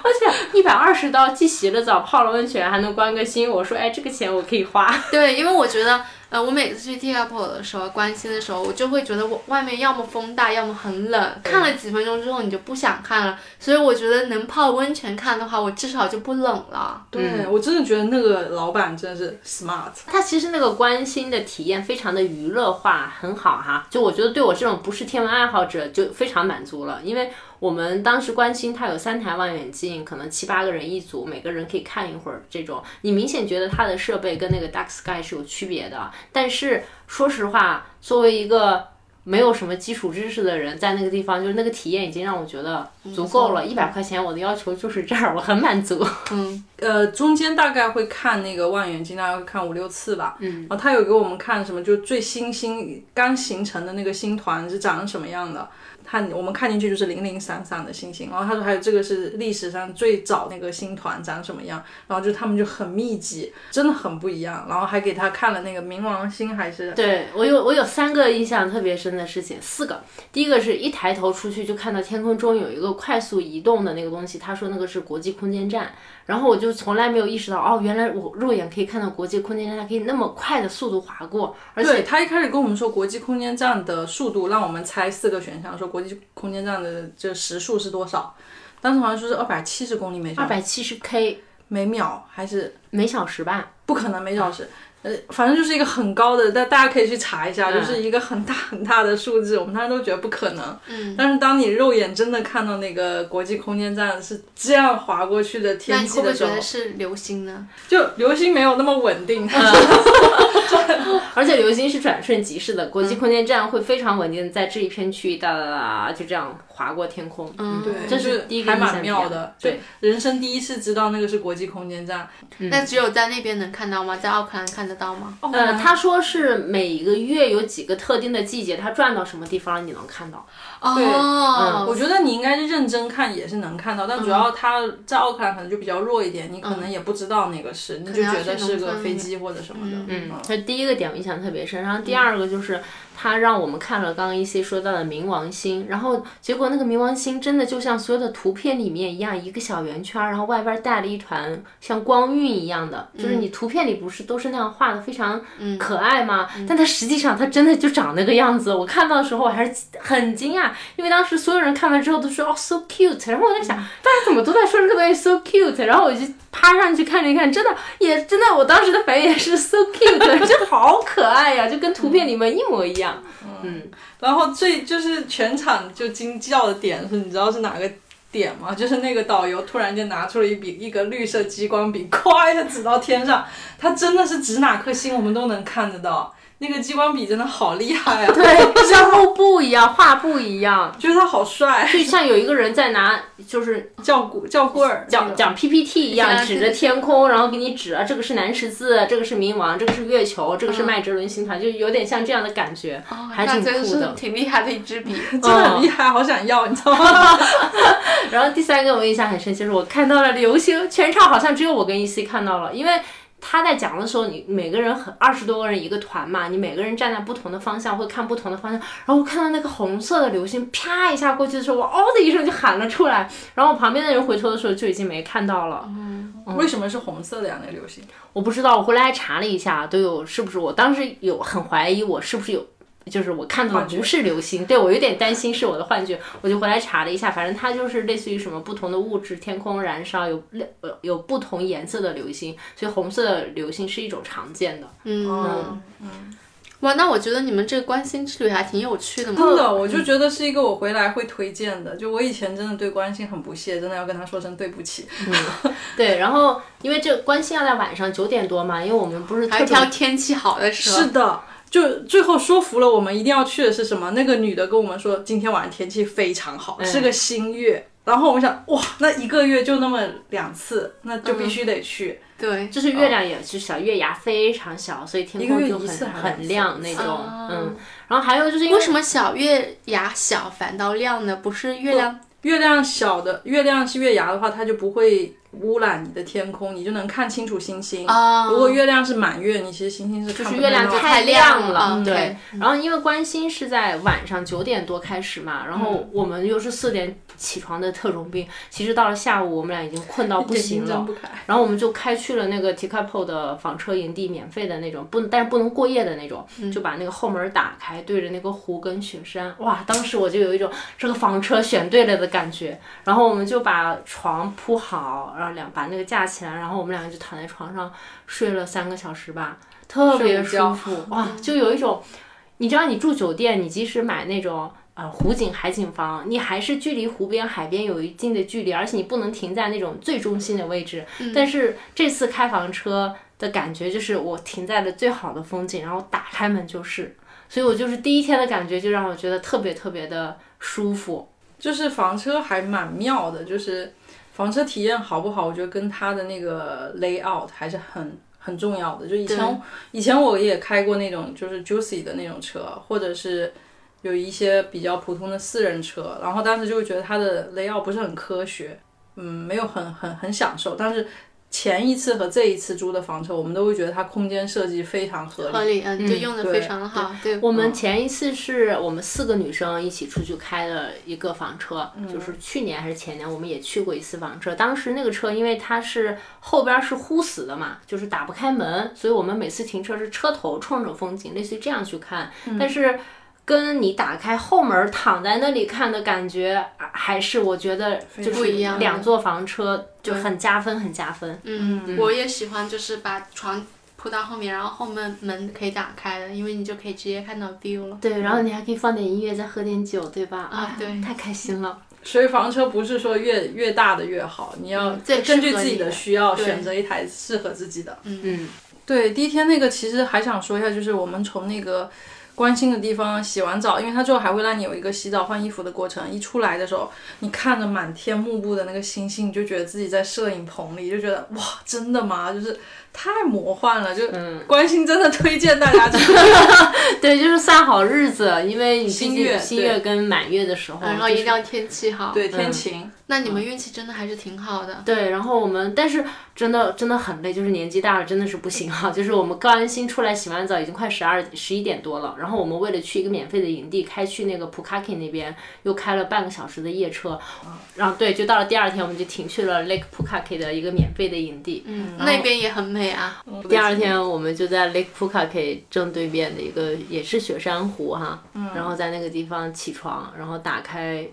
[SPEAKER 1] 而且一百二十刀，既洗了澡，泡了温泉，还能关个心。我说，哎，这个钱我可以花。
[SPEAKER 2] 对，因为我觉得，呃，我每次去 T a p o 的时候，关心的时候，我就会觉得我外面要么风大，要么很冷。看了几分钟之后，你就不想看了。所以我觉得能泡温泉看的话，我至少就不冷了。
[SPEAKER 3] 对、我真的觉得那个老板真的是 smart。
[SPEAKER 1] 它其实那个关心的体验非常的娱乐化，很好哈。就我觉得对我这种不是天文爱好者就非常满足了，因为我们当时关心它有三台望远镜，可能七八个人一组，每个人可以看一会儿。这种你明显觉得它的设备跟那个 Dark Sky 是有区别的，但是说实话，作为一个没有什么基础知识的人，在那个地方就是那个体验已经让我觉得足够了。一百块钱，我的要求就是这儿，我很满足。
[SPEAKER 2] 嗯，
[SPEAKER 3] 呃，中间大概会看那个望远镜，大概会看五六次吧。嗯，然后他有给我们看什么，就最新星刚形成的那个星团是长什么样的。看我们看进去就是零零散散的星星，然后他说还有这个是历史上最早那个星团长什么样，然后就他们就很密集，真的很不一样。然后还给他看了那个冥王星还是
[SPEAKER 1] 对我有我有三个印象特别深的事情，四个。第一个是一抬头出去就看到天空中有一个快速移动的那个东西，他说那个是国际空间站，然后我就从来没有意识到，哦，原来我肉眼可以看到国际空间站，它可以那么快的速度划过，而且
[SPEAKER 3] 对他一开始跟我们说国际空间站的速度，让我们猜四个选项，说国际空间站的这时速是多少，当时好像说是二百七十公里每小时
[SPEAKER 1] 二。百七十 K
[SPEAKER 3] 每秒还是
[SPEAKER 1] 每小时吧，
[SPEAKER 3] 不可能每小时，呃，反正就是一个很高的，但大家可以去查一
[SPEAKER 1] 嗯
[SPEAKER 3] 下，就是一个很大很大的数字，我们当时都觉得不可能。嗯，但是当你肉眼真的看到那个国际空间站是这样划过去的
[SPEAKER 2] 那
[SPEAKER 3] 天
[SPEAKER 2] 你
[SPEAKER 3] 际
[SPEAKER 2] 会不会
[SPEAKER 3] 的时
[SPEAKER 2] 觉
[SPEAKER 3] 候，
[SPEAKER 2] 得是流星呢？
[SPEAKER 3] 就流星没有那么稳定。
[SPEAKER 1] 嗯 而且流星是转瞬即逝的，国际空间站会非常稳定，在这一片区域哒哒哒就这样划过天空。嗯，
[SPEAKER 3] 对，
[SPEAKER 1] 这
[SPEAKER 3] 就是
[SPEAKER 1] 第一个
[SPEAKER 3] 还
[SPEAKER 1] 印象
[SPEAKER 3] 蛮
[SPEAKER 1] 比较
[SPEAKER 3] 妙的，
[SPEAKER 1] 对，
[SPEAKER 3] 就人生第一次知道那个是国际空间站。
[SPEAKER 2] 那只有在那边能看到吗？在奥克兰看得到
[SPEAKER 3] 哦
[SPEAKER 2] 吗？
[SPEAKER 1] 呃，他说是每一个月有几个特定的季节，他转到什么地方了你能看到。
[SPEAKER 2] 哦，
[SPEAKER 3] 我觉得你应该是认真看也是能看到，但主要它在奥克兰可能就比较弱一点，你可能也不知道那个是，你就觉得是个飞机或者什么的。嗯
[SPEAKER 1] 这第一个点我印象特别深，然后第二个就是他让我们看了刚刚一 C 说到的冥王星，然后结果那个冥王星真的就像所有的图片里面一样，一个小圆圈儿，然后外边带了一团像光晕一样的，就是你图片里不是都是那样画的非常
[SPEAKER 2] 嗯
[SPEAKER 1] 可爱吗？但它实际上它真的就长那个样子。我看到的时候我还是很惊讶，因为当时所有人看完之后都说哦 so cute，然后我在想大家怎么都在说这个东西 so cute，然后我就趴上去看了一看，真的也真的我当时的反应也是 so cute，就好可爱呀、就跟图片里面一模一样。
[SPEAKER 3] 然后最就是全场就惊叫的点是，你知道是哪个点吗？就是那个导游突然间拿出了一笔一个绿色激光笔，咵一下指到天上，它真的是指哪颗星我们都能看得到。那个激光笔真的好厉害 啊！
[SPEAKER 1] 对，像幕布一样，画布一样，
[SPEAKER 3] 觉得他好帅，
[SPEAKER 1] 就像有一个人在拿，就是
[SPEAKER 3] 叫棍叫棍儿，
[SPEAKER 1] 讲讲 PPT 一样，
[SPEAKER 2] 像
[SPEAKER 1] 指着天空，然后给你指啊，这个是南十字，这个是冥王，这个是月球，这个是麦哲伦星团，就有点像这样的感觉，还
[SPEAKER 2] 哦那
[SPEAKER 1] 挺
[SPEAKER 2] 真
[SPEAKER 1] 酷
[SPEAKER 2] 是
[SPEAKER 1] 的。
[SPEAKER 2] 挺厉害的一支 笔。
[SPEAKER 3] 真的很厉害，好想要，你知道吗？
[SPEAKER 1] 然后第三个我印象很深，就是我看到了流星，全场好像只有我跟 E C 看到了，因为。他在讲的时候，你每个人很二十多个人一个团嘛，你每个人站在不同的方向，会看不同的方向。然后我看到那个红色的流星啪一下过去的时候，我哦的一声就喊了出来。然后我旁边的人回头的时候就已经没看到了。
[SPEAKER 2] 嗯
[SPEAKER 3] 为什么是红色的呀？那个流星？
[SPEAKER 1] 我不知道，我回来还查了一下，都有是不是我当时有很怀疑我是不是有，就是我看到的
[SPEAKER 3] 幻觉
[SPEAKER 1] 不是流星，对我有点担心是我的幻觉，我就回来查了一下，反正它就是类似于什么不同的物质天空燃烧，有类呃有不同颜色的流星，所以红色的流星是一种常见的。
[SPEAKER 2] 嗯，
[SPEAKER 3] 嗯，
[SPEAKER 2] 哇，那我觉得你们这个观星之旅还挺有趣的嘛。
[SPEAKER 3] 嗯真
[SPEAKER 1] 嗯
[SPEAKER 3] 的，我就觉得是一个我回来会推荐的。就我以前真的对关心很不屑，真的要跟他说声对不起。
[SPEAKER 1] 对，然后因为这关心要在晚上九点多嘛，因为我们不是
[SPEAKER 2] 还
[SPEAKER 1] 特
[SPEAKER 2] 挑
[SPEAKER 1] 种
[SPEAKER 2] 天气好的时候。
[SPEAKER 3] 是的，就最后说服了我们一定要去的是什么？那个女的跟我们说，今天晚上天气非常好，
[SPEAKER 1] 嗯
[SPEAKER 3] 是个新月。然后我们想，哇，那一个月就那么两次，那就必须得去。
[SPEAKER 2] 对，
[SPEAKER 1] 就是月亮也是小月牙非常小，所以天
[SPEAKER 3] 一个
[SPEAKER 1] 空
[SPEAKER 3] 月
[SPEAKER 1] 就
[SPEAKER 3] 一次
[SPEAKER 1] 很
[SPEAKER 3] 还是
[SPEAKER 1] 很
[SPEAKER 3] 两
[SPEAKER 1] 亮
[SPEAKER 3] 次
[SPEAKER 1] 那种，
[SPEAKER 2] 啊
[SPEAKER 1] 嗯，然后还有就是因为
[SPEAKER 2] 为什么小月牙小反倒亮呢？不是月亮
[SPEAKER 3] 月亮小的月亮是月牙的话，它就不会污染你的天空，你就能看清楚星星。
[SPEAKER 2] 哦
[SPEAKER 3] 如果月亮是满月，你其实星星是
[SPEAKER 1] 啊就
[SPEAKER 3] 看
[SPEAKER 1] 是
[SPEAKER 3] 不
[SPEAKER 1] 月亮
[SPEAKER 3] 到的
[SPEAKER 1] 太亮了，
[SPEAKER 2] 嗯
[SPEAKER 1] 对
[SPEAKER 2] 对。
[SPEAKER 1] 然后因为关心是在晚上九点多开始嘛，然后我们又是四点起床的特种兵，其实到了下午我们俩已经困到不
[SPEAKER 3] 眼睛
[SPEAKER 1] 行了
[SPEAKER 3] 睁不，开。
[SPEAKER 1] 然后我们就开去了那个 t i k a p o 的房车营地，免费的那种，不但是不能过夜的那种，
[SPEAKER 2] 嗯
[SPEAKER 1] 就把那个后门打开，对着那个湖跟雪山，哇！当时我就有一种这个房车选对了的感觉。然后我们就把床铺好，然后两把那个架起来，然后我们两个就躺在床上睡了三个小时吧，特别
[SPEAKER 3] 睡午
[SPEAKER 1] 舒 服，哇！就有一种，你知道，你住酒店，你即使买那种。呃，湖景、海景房，你还是距离湖边、海边有一定的距离，而且你不能停在那种最中心的位置。
[SPEAKER 3] 嗯
[SPEAKER 1] 但是这次开房车的感觉就是我停在了最好的风景，然后打开门就是，所以我就是第一天的感觉就让我觉得特别特别的舒服。
[SPEAKER 3] 就是房车还蛮妙的，就是房车体验好不好，我觉得跟它的那个 layout 还是很很重要的。就以
[SPEAKER 2] 对
[SPEAKER 3] 前以前我也开过那种就是 juicy 的那种车，或者是有一些比较普通的私人车，然后当时就会觉得它的 layout 不是很科学，嗯，没有很很很享受。但是前一次和这一次租的房车，我们都会觉得它空间设计非常合理。
[SPEAKER 2] 合理，嗯，对，用的
[SPEAKER 3] 对
[SPEAKER 2] 非常好，对，
[SPEAKER 1] 我们前一次是我们四个女生一起出去开了一个房车，
[SPEAKER 2] 嗯
[SPEAKER 1] 就是去年还是前年，我们也去过一次房车。当时那个车因为它是后边是呼死的嘛，就是打
[SPEAKER 2] 嗯
[SPEAKER 1] 不开门，所以我们每次停车是车头冲着风景，类似于这样去看。但是跟你打开后门躺在那里看的感觉，还是我觉得
[SPEAKER 3] 非
[SPEAKER 1] 就
[SPEAKER 3] 常
[SPEAKER 1] 是
[SPEAKER 2] 不一样
[SPEAKER 1] 两座房车就
[SPEAKER 2] 对
[SPEAKER 1] 很加分，很加分。
[SPEAKER 2] 嗯，我也喜欢，就是把床铺到后面，然后后面门可以打开的，因为你就可以直接看到 view 了。
[SPEAKER 1] 对，然后你还可以放点音乐，再喝点酒，对吧？
[SPEAKER 2] 啊对
[SPEAKER 1] 太开心了。
[SPEAKER 3] 所以房车不是说越越大的越好，你要
[SPEAKER 2] 最适合
[SPEAKER 3] 根据自
[SPEAKER 2] 你
[SPEAKER 3] 己的
[SPEAKER 2] 的
[SPEAKER 3] 需要
[SPEAKER 2] 对
[SPEAKER 3] 选择一台适合自己的。
[SPEAKER 1] 嗯，
[SPEAKER 3] 对，第一天那个其实还想说一下，就是我们从那个关心的地方洗完澡，因为它最后还会让你有一个洗澡换衣服的过程。一出来的时候，你看着满天幕布的那个星星，你就觉得自己在摄影棚里，就觉得哇，真的吗？就是太魔幻了。就关心真的推荐大家 去
[SPEAKER 1] 对，就是算好日子，因为你毕
[SPEAKER 3] 新
[SPEAKER 1] 竟
[SPEAKER 3] 月
[SPEAKER 1] 新
[SPEAKER 3] 对
[SPEAKER 1] 月跟满月的时候，
[SPEAKER 2] 嗯然后
[SPEAKER 1] 哦就
[SPEAKER 2] 一
[SPEAKER 1] 是
[SPEAKER 2] 定要天气好。
[SPEAKER 3] 对天晴。
[SPEAKER 2] 那你们运气真的还是挺好的。
[SPEAKER 1] 对，然后我们但是真的真的很累，就是年纪大了真的是不行哈、就是我们刚新出来洗完澡已经快十二十一点多了，然后我们为了去一个免费的营地，开去那个 Pukaki 那边，又开了半个小时的夜车，
[SPEAKER 2] 嗯
[SPEAKER 1] 然后对，就到了第二天我们就停去了 Lake Pukaki 的一个免费的营地。
[SPEAKER 2] 嗯，那边也很美啊。
[SPEAKER 1] 第二天我们就在 Lake Pukaki 正对面的一个也是雪山湖哈，
[SPEAKER 2] 嗯
[SPEAKER 1] 然后在那个地方起床，然后打开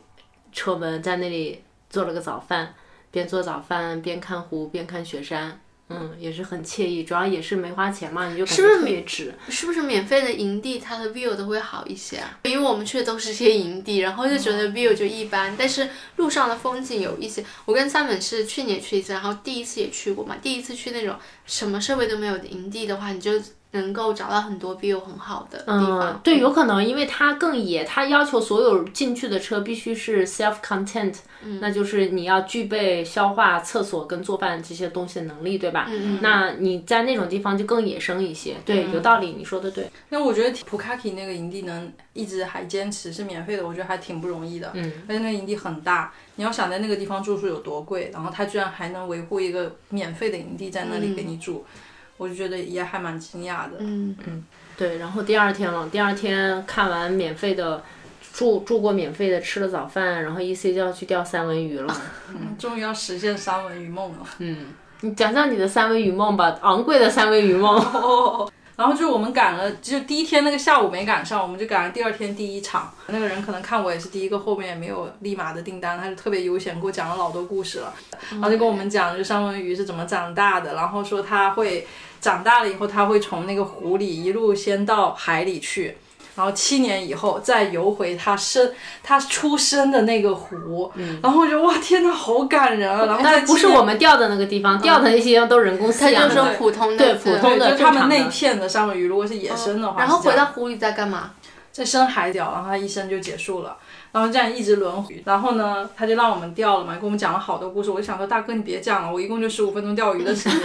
[SPEAKER 1] 车门，在那里做了个早饭，边做早饭边看湖边看雪山，嗯，也是很惬意，主要也是没花钱嘛，你就感觉
[SPEAKER 2] 是不是
[SPEAKER 1] 特别值。
[SPEAKER 2] 是不是免费的营地它的 view 都会好一些啊？因为我们去的都是一些营地，然后就觉得
[SPEAKER 1] 嗯
[SPEAKER 2] view 就一般，但是路上的风景有一些。我跟三本是去年去一次，然后第一次也去过嘛。第一次去那种什么设备都没有的营地的话，你就能够找到很多 view 很好的地方。
[SPEAKER 1] 嗯，对，有可能，因为它更野，它要求所有进去的车必须是 self content，、那
[SPEAKER 2] 嗯
[SPEAKER 1] 就是你要具备消化、厕所跟做饭这些东西的能力，对吧？
[SPEAKER 2] 嗯嗯
[SPEAKER 1] 那你在那种地方就更野生一些，对，有道理，你说的对。
[SPEAKER 3] 那我觉得普卡奇那个营地能一直还坚持是免费的，我觉得还挺不容易的。嗯，而且那个营地很大，你要想在那个地方住宿有多贵，然后他居然还能维护一个免费的营地在那里给你住，我就觉得也还蛮惊讶的。
[SPEAKER 2] 嗯，
[SPEAKER 1] 对，然后第二天了，第二天看完免费的。住住过免费的，吃了早饭，然后 E C 就要去钓三文鱼 了。
[SPEAKER 3] 嗯终于要实现三文鱼梦了。
[SPEAKER 1] 你讲讲你的三文鱼梦吧，昂贵的三文鱼 梦。
[SPEAKER 3] 然后就是我们赶了，就第一天那个下午没赶上，我们就赶了第二天第一场。那个人可能看我也是第一个，后面也没有立马的订单，他就特别悠闲，给我讲了老多故事了。然后就跟我们讲，就三文鱼是怎么长大的，然后说它会长大了以后，它会从那个湖里一路先到海里去。然后七年以后再游回它生它出生的那个湖，然后我觉得哇天呐，好感人啊！然后
[SPEAKER 1] 嗯但
[SPEAKER 3] 在
[SPEAKER 1] 不是
[SPEAKER 3] 七年
[SPEAKER 1] 我们钓的那个地方，钓的那些都人工饲
[SPEAKER 2] 就
[SPEAKER 1] 养
[SPEAKER 2] 是
[SPEAKER 1] 的
[SPEAKER 2] 说。嗯普通的
[SPEAKER 1] 对
[SPEAKER 2] 字
[SPEAKER 1] 普通的
[SPEAKER 3] 对，就是
[SPEAKER 1] 正
[SPEAKER 3] 他们
[SPEAKER 1] 常的哦
[SPEAKER 3] 那片的三文鱼，如果是野生的话，
[SPEAKER 2] 然后
[SPEAKER 3] 是这
[SPEAKER 2] 回
[SPEAKER 3] 样
[SPEAKER 2] 到湖里在干嘛？
[SPEAKER 3] 再深海钓，啊然后他一生就结束了，然后这样一直轮回。然后呢，他就让我们钓了嘛，给我们讲了好多故事。我就想说，大哥你别讲了，我一共就十五分钟钓鱼的时间，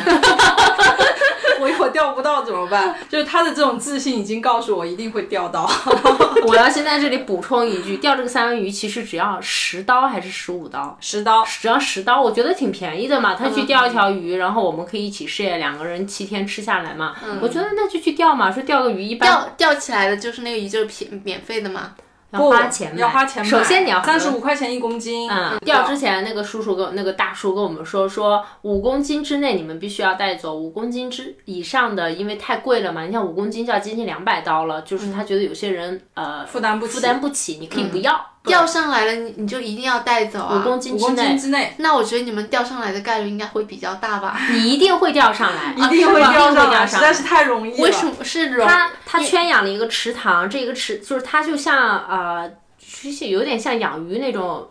[SPEAKER 3] 我一会儿钓不到怎么办？就是他的这种自信已经告诉我一定会钓到。
[SPEAKER 1] 我要先在这里补充一句，钓这个三文鱼其实只要十刀还是十五刀，
[SPEAKER 3] 十刀，
[SPEAKER 1] 只要十刀，我觉得挺便宜的
[SPEAKER 3] 嗯
[SPEAKER 1] 嘛。他去钓一条鱼，然后我们可以一起 share，两个人七天吃下来嘛。
[SPEAKER 3] 嗯
[SPEAKER 1] 我觉得那就去钓嘛，说钓个鱼一般
[SPEAKER 2] 钓钓起来的就是那个鱼，就是免免费的嘛。
[SPEAKER 1] 要花钱买，
[SPEAKER 3] 要花钱买。
[SPEAKER 1] 首先你要
[SPEAKER 3] 三十五块钱一公斤，
[SPEAKER 1] 嗯，钓之前那个叔叔跟我那个大叔跟我们说，说五公斤之内你们必须要带走，五公斤之以上的因为太贵了嘛，你像五公斤就要接近两百刀了，就是他觉得有些人呃负
[SPEAKER 3] 嗯担不起
[SPEAKER 1] 负担不起，你可以不要
[SPEAKER 2] 钓上来了，你你就一定要带走啊。
[SPEAKER 1] 五公斤
[SPEAKER 3] 嗯五
[SPEAKER 1] 之
[SPEAKER 3] 公斤
[SPEAKER 1] 内，
[SPEAKER 3] 之内。
[SPEAKER 2] 那我觉得你们钓上来的概率应该会比较大吧？
[SPEAKER 1] 你一定会钓上来， 啊
[SPEAKER 3] 一定会
[SPEAKER 1] 一定
[SPEAKER 3] 钓
[SPEAKER 1] 会
[SPEAKER 3] 上
[SPEAKER 1] 钓
[SPEAKER 3] 来，实
[SPEAKER 1] 上
[SPEAKER 3] 在
[SPEAKER 1] 来
[SPEAKER 3] 是。太容易了。
[SPEAKER 2] 为什么是容？
[SPEAKER 1] 他他圈养了一个池塘，这个池就是它就像呃，其实有点像养鱼那种。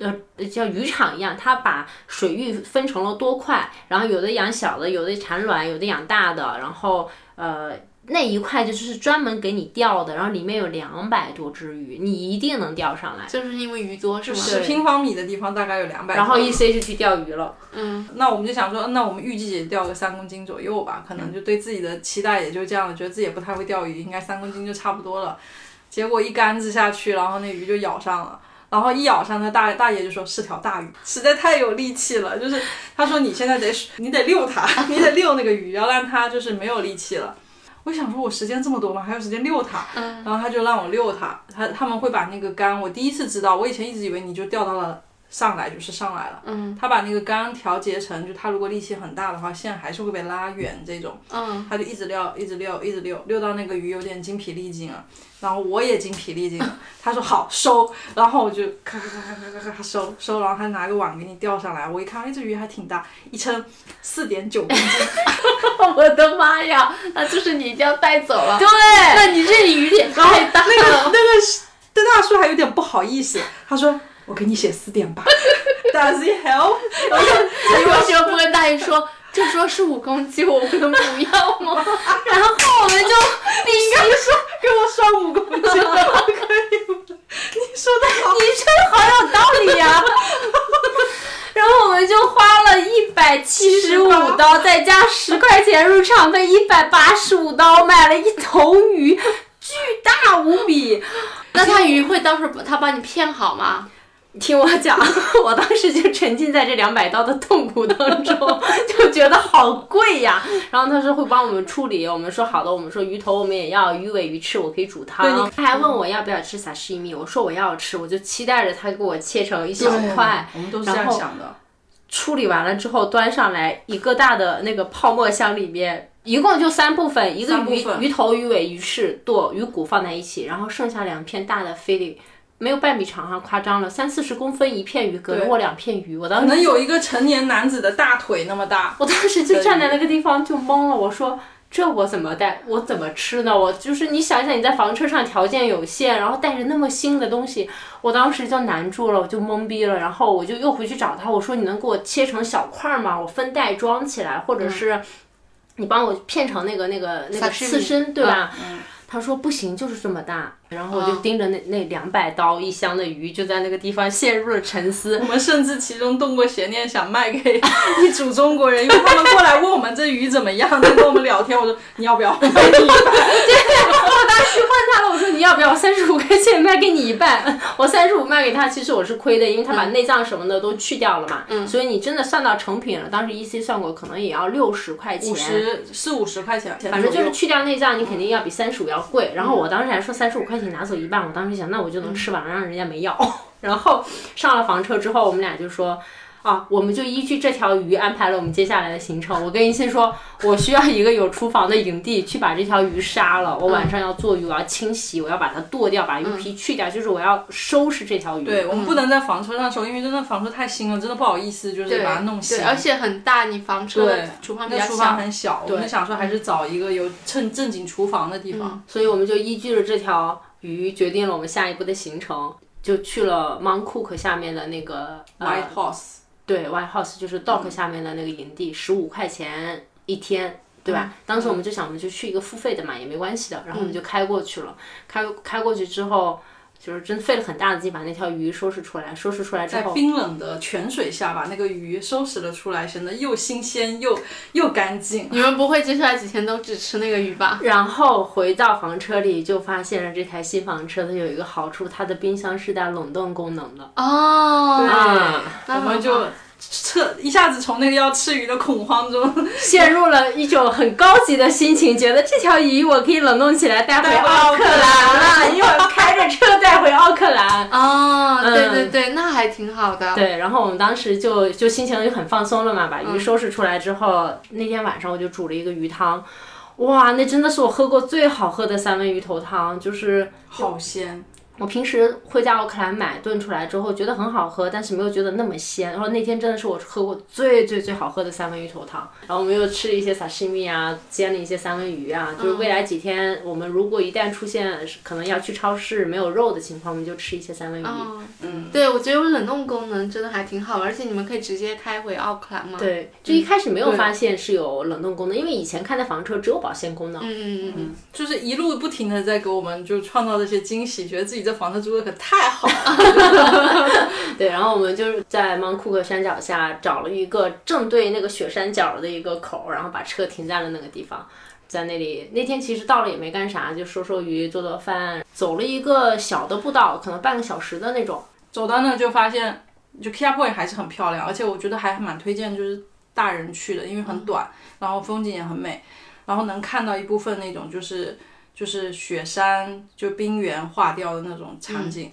[SPEAKER 1] 呃，叫渔场一样，它把水域分成了多块，然后有的养小的，有的产卵，有的养大的，然后呃那一块就是专门给你钓的，然后里面有两百多只鱼，你一定能钓上来。
[SPEAKER 2] 就是因为鱼多是吗？
[SPEAKER 3] 十平方米的地方大概有两百。
[SPEAKER 1] 然后 E C 就去钓鱼了，
[SPEAKER 3] 那我们就想说，那我们预计也钓个三公斤左右吧，可能就对自己的期待也就这样了，觉得自己也不太会钓鱼，应该三公斤就差不多了。结果一竿子下去，然后那鱼就咬上了。然后一咬上，那大大爷就说是条大鱼，实在太有力气了。就是他说你现在得你得遛它， 你得遛那个鱼，要让它就是没有力气了。我想说，我时间这么多吗？还有时间遛它？然后他就让我遛它，他他们会把那个竿，我第一次知道，我以前一直以为你就钓到了上来就是上来了。嗯，他把那个杆调节成，就他如果力气很大的话，线还是会被拉远这种。嗯，他就一直溜，一直溜，一直溜，溜到那个鱼有点精疲力尽了，然后我也精疲力尽了。他说好收，然后我就咔咔咔咔咔咔收收，然后他拿个网给你钓上来，我一看，哎，这鱼还挺大，一称四点九公斤。
[SPEAKER 2] 我的妈呀，那就是你一定要带走了。
[SPEAKER 1] 对，
[SPEAKER 2] 那你这雨点太大
[SPEAKER 3] 那个那
[SPEAKER 2] 了。
[SPEAKER 3] 个是对大叔还有点不好意思，他说我给你写四点八，Does it help？然后
[SPEAKER 2] 你为什么不跟大姨说？就说是五公斤，我们不要吗？
[SPEAKER 1] 然后我们就必须说，
[SPEAKER 3] 给我算五公斤了，可以吗？你说的好，
[SPEAKER 1] 你这好有道理呀、然后我们就花了一百七十五刀，再加十块钱入场费，一百八十五刀买了一头鱼，巨大无比。
[SPEAKER 2] 那他鱼会到时候把他把你骗好吗？
[SPEAKER 1] 听我讲，我当时就沉浸在这两百刀的痛苦当中， 就觉得好贵呀。然后他说会帮我们处理，我们说好的，我们说鱼头我们也要，鱼尾、鱼翅我可以煮汤。他还问我要不要吃萨士米，我说我要吃，我就期待着他给我切成一小块。
[SPEAKER 3] 我们都是这样想的。
[SPEAKER 1] 处理完了之后端上来一个大的那个泡沫箱里面，一共就三部分，一个
[SPEAKER 3] 三部
[SPEAKER 1] 鱼
[SPEAKER 3] 分
[SPEAKER 1] 鱼头、鱼尾、鱼翅、剁、鱼骨放在一起，然后剩下两片大的菲力。没有半米长哈，夸张了，三四十公分一片鱼，隔着
[SPEAKER 3] 对
[SPEAKER 1] 我两片鱼，我
[SPEAKER 3] 可
[SPEAKER 1] 当时
[SPEAKER 3] 能有一个成年男子的大腿那么大，
[SPEAKER 1] 我当时就站在那个地方就懵了，我说这我怎么带，我怎么吃呢？我就是你想想你在房车上条件有限，然后带着那么新的东西，我当时就难住了，我就懵逼了，然后我就又回去找他，我说你能给我切成小块儿吗？我分袋装起来，或者是你帮我片成那个那个那个
[SPEAKER 2] Sashimi
[SPEAKER 1] 刺身，对吧？他说不行，就是这么大。然后我就盯着那、那两百刀一箱的鱼，就在那个地方陷入了沉思。
[SPEAKER 3] 我们甚至其中动过邪念，想卖给一组中国人，因为他们过来问我们这鱼怎么样，在跟我们聊天。我说你要不要？
[SPEAKER 1] 我当时问他了，我说你要不要三十五块钱卖给你一半？ 我三十五卖给他，其实我是亏的，因为他把
[SPEAKER 3] 嗯
[SPEAKER 1] 内脏什么的都去掉了嘛。嗯。所以你真的算到成品了，当时 E C 算过，可能也要六十块钱。
[SPEAKER 3] 五十四五十块钱，
[SPEAKER 1] 反正就是去掉内脏，你肯定要比三十五要贵。然后我当时还说三十五块钱拿走一半，我当时想那我就能吃完，让人家没要。 然后上了房车之后，我们俩就说。啊，我们就依据这条鱼安排了我们接下来的行程。我跟一心说，我需要一个有厨房的营地去把这条鱼杀了。我晚上要做鱼，我要清洗，我要把它剁掉，把鱼皮去掉，就是我要收拾这条鱼。
[SPEAKER 3] 对我们不能在房车上收，因为真的房车太新了，真的不好意思，就是
[SPEAKER 2] 对
[SPEAKER 3] 把它弄
[SPEAKER 2] 对，
[SPEAKER 3] 醒。
[SPEAKER 2] 而且很大，你房车
[SPEAKER 3] 对
[SPEAKER 2] 的，厨房比
[SPEAKER 3] 那
[SPEAKER 2] 较
[SPEAKER 3] 厨房
[SPEAKER 2] 小。
[SPEAKER 3] 很小，我们想说还是找一个有正正经厨房的地方。
[SPEAKER 1] 所以我们就依据着这条鱼决定了我们下一步的行程，就去了 Mount Cook 下面的那个呃
[SPEAKER 3] White House，
[SPEAKER 1] 对，White House 就是 Dock 下面的那个营地，十五块钱一天，对吧？当时我们就想，我们就去一个付费的嘛，也没关系的。然后我们就开过去了，开开过去之后，就是真费了很大的劲把那条鱼收拾出来，收拾出来之
[SPEAKER 3] 在
[SPEAKER 1] 后，
[SPEAKER 3] 冰冷的泉水下把那个鱼收拾了出来，显得又新鲜又又干净。
[SPEAKER 2] 你们不会接下来几天都只吃那个鱼吧？
[SPEAKER 1] 然后回到房车里就发现了这台新房车它有一个好处，它的冰箱是带冷冻功能的。
[SPEAKER 2] 哦，
[SPEAKER 1] 啊，
[SPEAKER 3] 我们就彻一下子从那个要吃鱼的恐慌中
[SPEAKER 1] 陷入了一种很高级的心情，觉得这条鱼我可以冷冻起来带回
[SPEAKER 3] 带回奥
[SPEAKER 1] 奥克
[SPEAKER 3] 克兰
[SPEAKER 1] 兰了，一会儿开着车带回奥克兰。
[SPEAKER 2] 哦，对
[SPEAKER 1] 嗯
[SPEAKER 2] 对对，那还挺好的。
[SPEAKER 1] 对，然后我们当时就就心情就很放松了嘛，把鱼收拾出来之后，那天晚上我就煮了一个鱼汤，哇，那真的是我喝过最好喝的三文鱼头汤，就是
[SPEAKER 3] 好鲜，
[SPEAKER 1] 我平时会在奥克兰买炖出来之后觉得很好喝，但是没有觉得那么鲜。然后那天真的是我喝过最最最好喝的三文鱼头汤。然后我们又吃了一些沙西米啊，煎了一些三文鱼啊。就是未来几天我们如果一旦出现可能要去超市没有肉的情况，我们就吃一些三文鱼。
[SPEAKER 2] 哦，
[SPEAKER 3] 嗯
[SPEAKER 2] 对，我觉得有冷冻功能真的还挺好，而且你们可以直接开回奥克兰嘛。
[SPEAKER 1] 对，就一开始没有发现是有冷冻功能，因为以前看的房车只有保鲜功能。
[SPEAKER 2] 嗯嗯嗯，
[SPEAKER 3] 就是一路不停的在给我们就创造这些惊喜，觉得自己这房子住的可太好了。
[SPEAKER 1] 对，然后我们就是在芒库克山脚下找了一个正对那个雪山脚的一个口，然后把车停在了那个地方。在那里那天其实到了也没干啥，就收收鱼、做做饭，走了一个小的步道，可能半个小时的那种。
[SPEAKER 3] 走到那就发现，就 Kia Point 还是很漂亮，而且我觉得还蛮推荐就是大人去的，因为
[SPEAKER 1] 嗯
[SPEAKER 3] 很短，然后风景也很美，然后能看到一部分
[SPEAKER 1] 嗯
[SPEAKER 3] 那种就是就是雪山就冰原化掉的那种场景。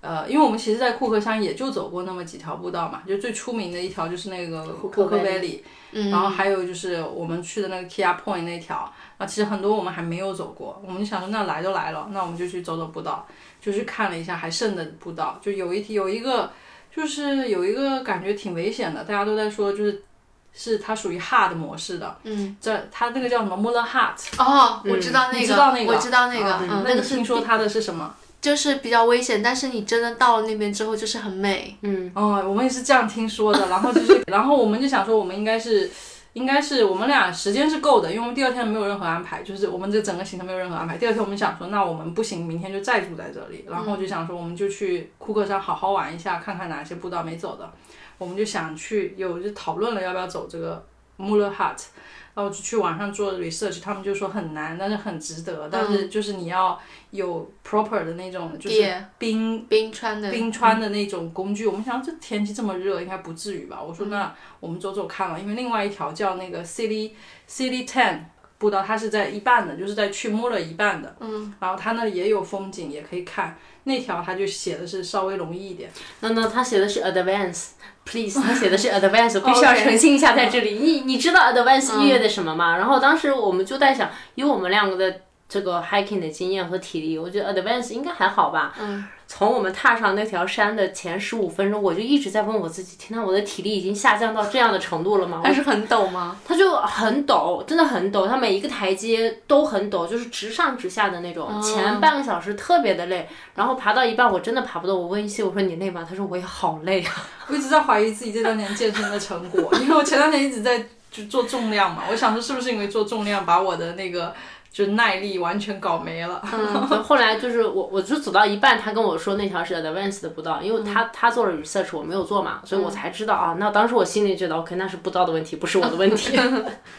[SPEAKER 3] 呃，因为我们其实，在库克山也就走过那么几条步道嘛，就最出名的一条就是那个库
[SPEAKER 1] 克
[SPEAKER 3] 克
[SPEAKER 1] Valley
[SPEAKER 3] Valley，
[SPEAKER 2] 嗯
[SPEAKER 3] 然后还有就是我们去的那个 Kia Point 那条，啊，其实很多我们还没有走过，我们就想说那来都来了，那我们就去走走步道，就去看了一下还剩的步道，就有一有一个就是有一个感觉挺危险的，大家都在说就是是它属于 hard 模式的，嗯，这它那个叫什么 m u l l e hard，
[SPEAKER 2] 哦，我知道那个，
[SPEAKER 3] 你知道那个
[SPEAKER 2] 我知道那个，
[SPEAKER 3] 啊
[SPEAKER 2] 嗯，
[SPEAKER 3] 那你听说它的是什么？
[SPEAKER 2] 就是比较危险，但是你真的到了那边之后，就是很美。
[SPEAKER 3] 哦，我们也是这样听说的，然后就是， 然后我们就想说，我们应该是，应该是我们俩时间是够的，因为我们第二天没有任何安排，就是我们这整个行程没有任何安排。第二天我们想说，那我们不行，明天就再住在这里，然后就想说，我们就去库克山好好玩一下，看看哪些步道没走的。我们就想去，有就讨论了要不要走这个 m u l l e Hut，然后就去网上做 research，他们就说很难，但是很值得，但是就是你要有 proper 的那种，就是
[SPEAKER 2] 爹
[SPEAKER 3] 冰
[SPEAKER 2] 冰川的，
[SPEAKER 3] 冰川的那种工具。我们想这天气这么热，应该不至于吧？
[SPEAKER 1] 嗯
[SPEAKER 3] 我说那我们走走看了，因为另外一条叫那个 City City Ten 步道，它是在一半的，就是在去摸了一半的。嗯，然后它那里也有风景，也可以看。那条它就写的是稍微容易一点，
[SPEAKER 1] no no，他写的是 advance。Please，他 写的是 advance，我必须要澄清一下在这里。你你知道 advance 意味着什么吗？然后当时我们就在想，以我们两个的这个 hiking 的经验和体力，我觉得 advance 应该还好吧。嗯。从我们踏上那条山的前十五分钟，我就一直在问我自己：天呐，我的体力已经下降到这样的程度了吗？
[SPEAKER 2] 还是很陡吗？
[SPEAKER 1] 它就很陡，真的很陡，它每一个台阶都很陡，就是直上直下的那种。前半个小时特别的累，然后爬到一半我真的爬不动，我问一西我说你累吗？他说我也好累啊。
[SPEAKER 3] 我一直在怀疑自己这两年健身的成果， 因为我前两年一直在就做重量嘛，我想说是不是因为做重量把我的那个就耐力完全搞没了。
[SPEAKER 1] 后来就是我，我就走到一半，他跟我说那条是 advanced 的步道，因为他、他做了 research，我没有做嘛，所以我才知道啊。那当时我心里觉得 OK，那是步道的问题，不是我的问题。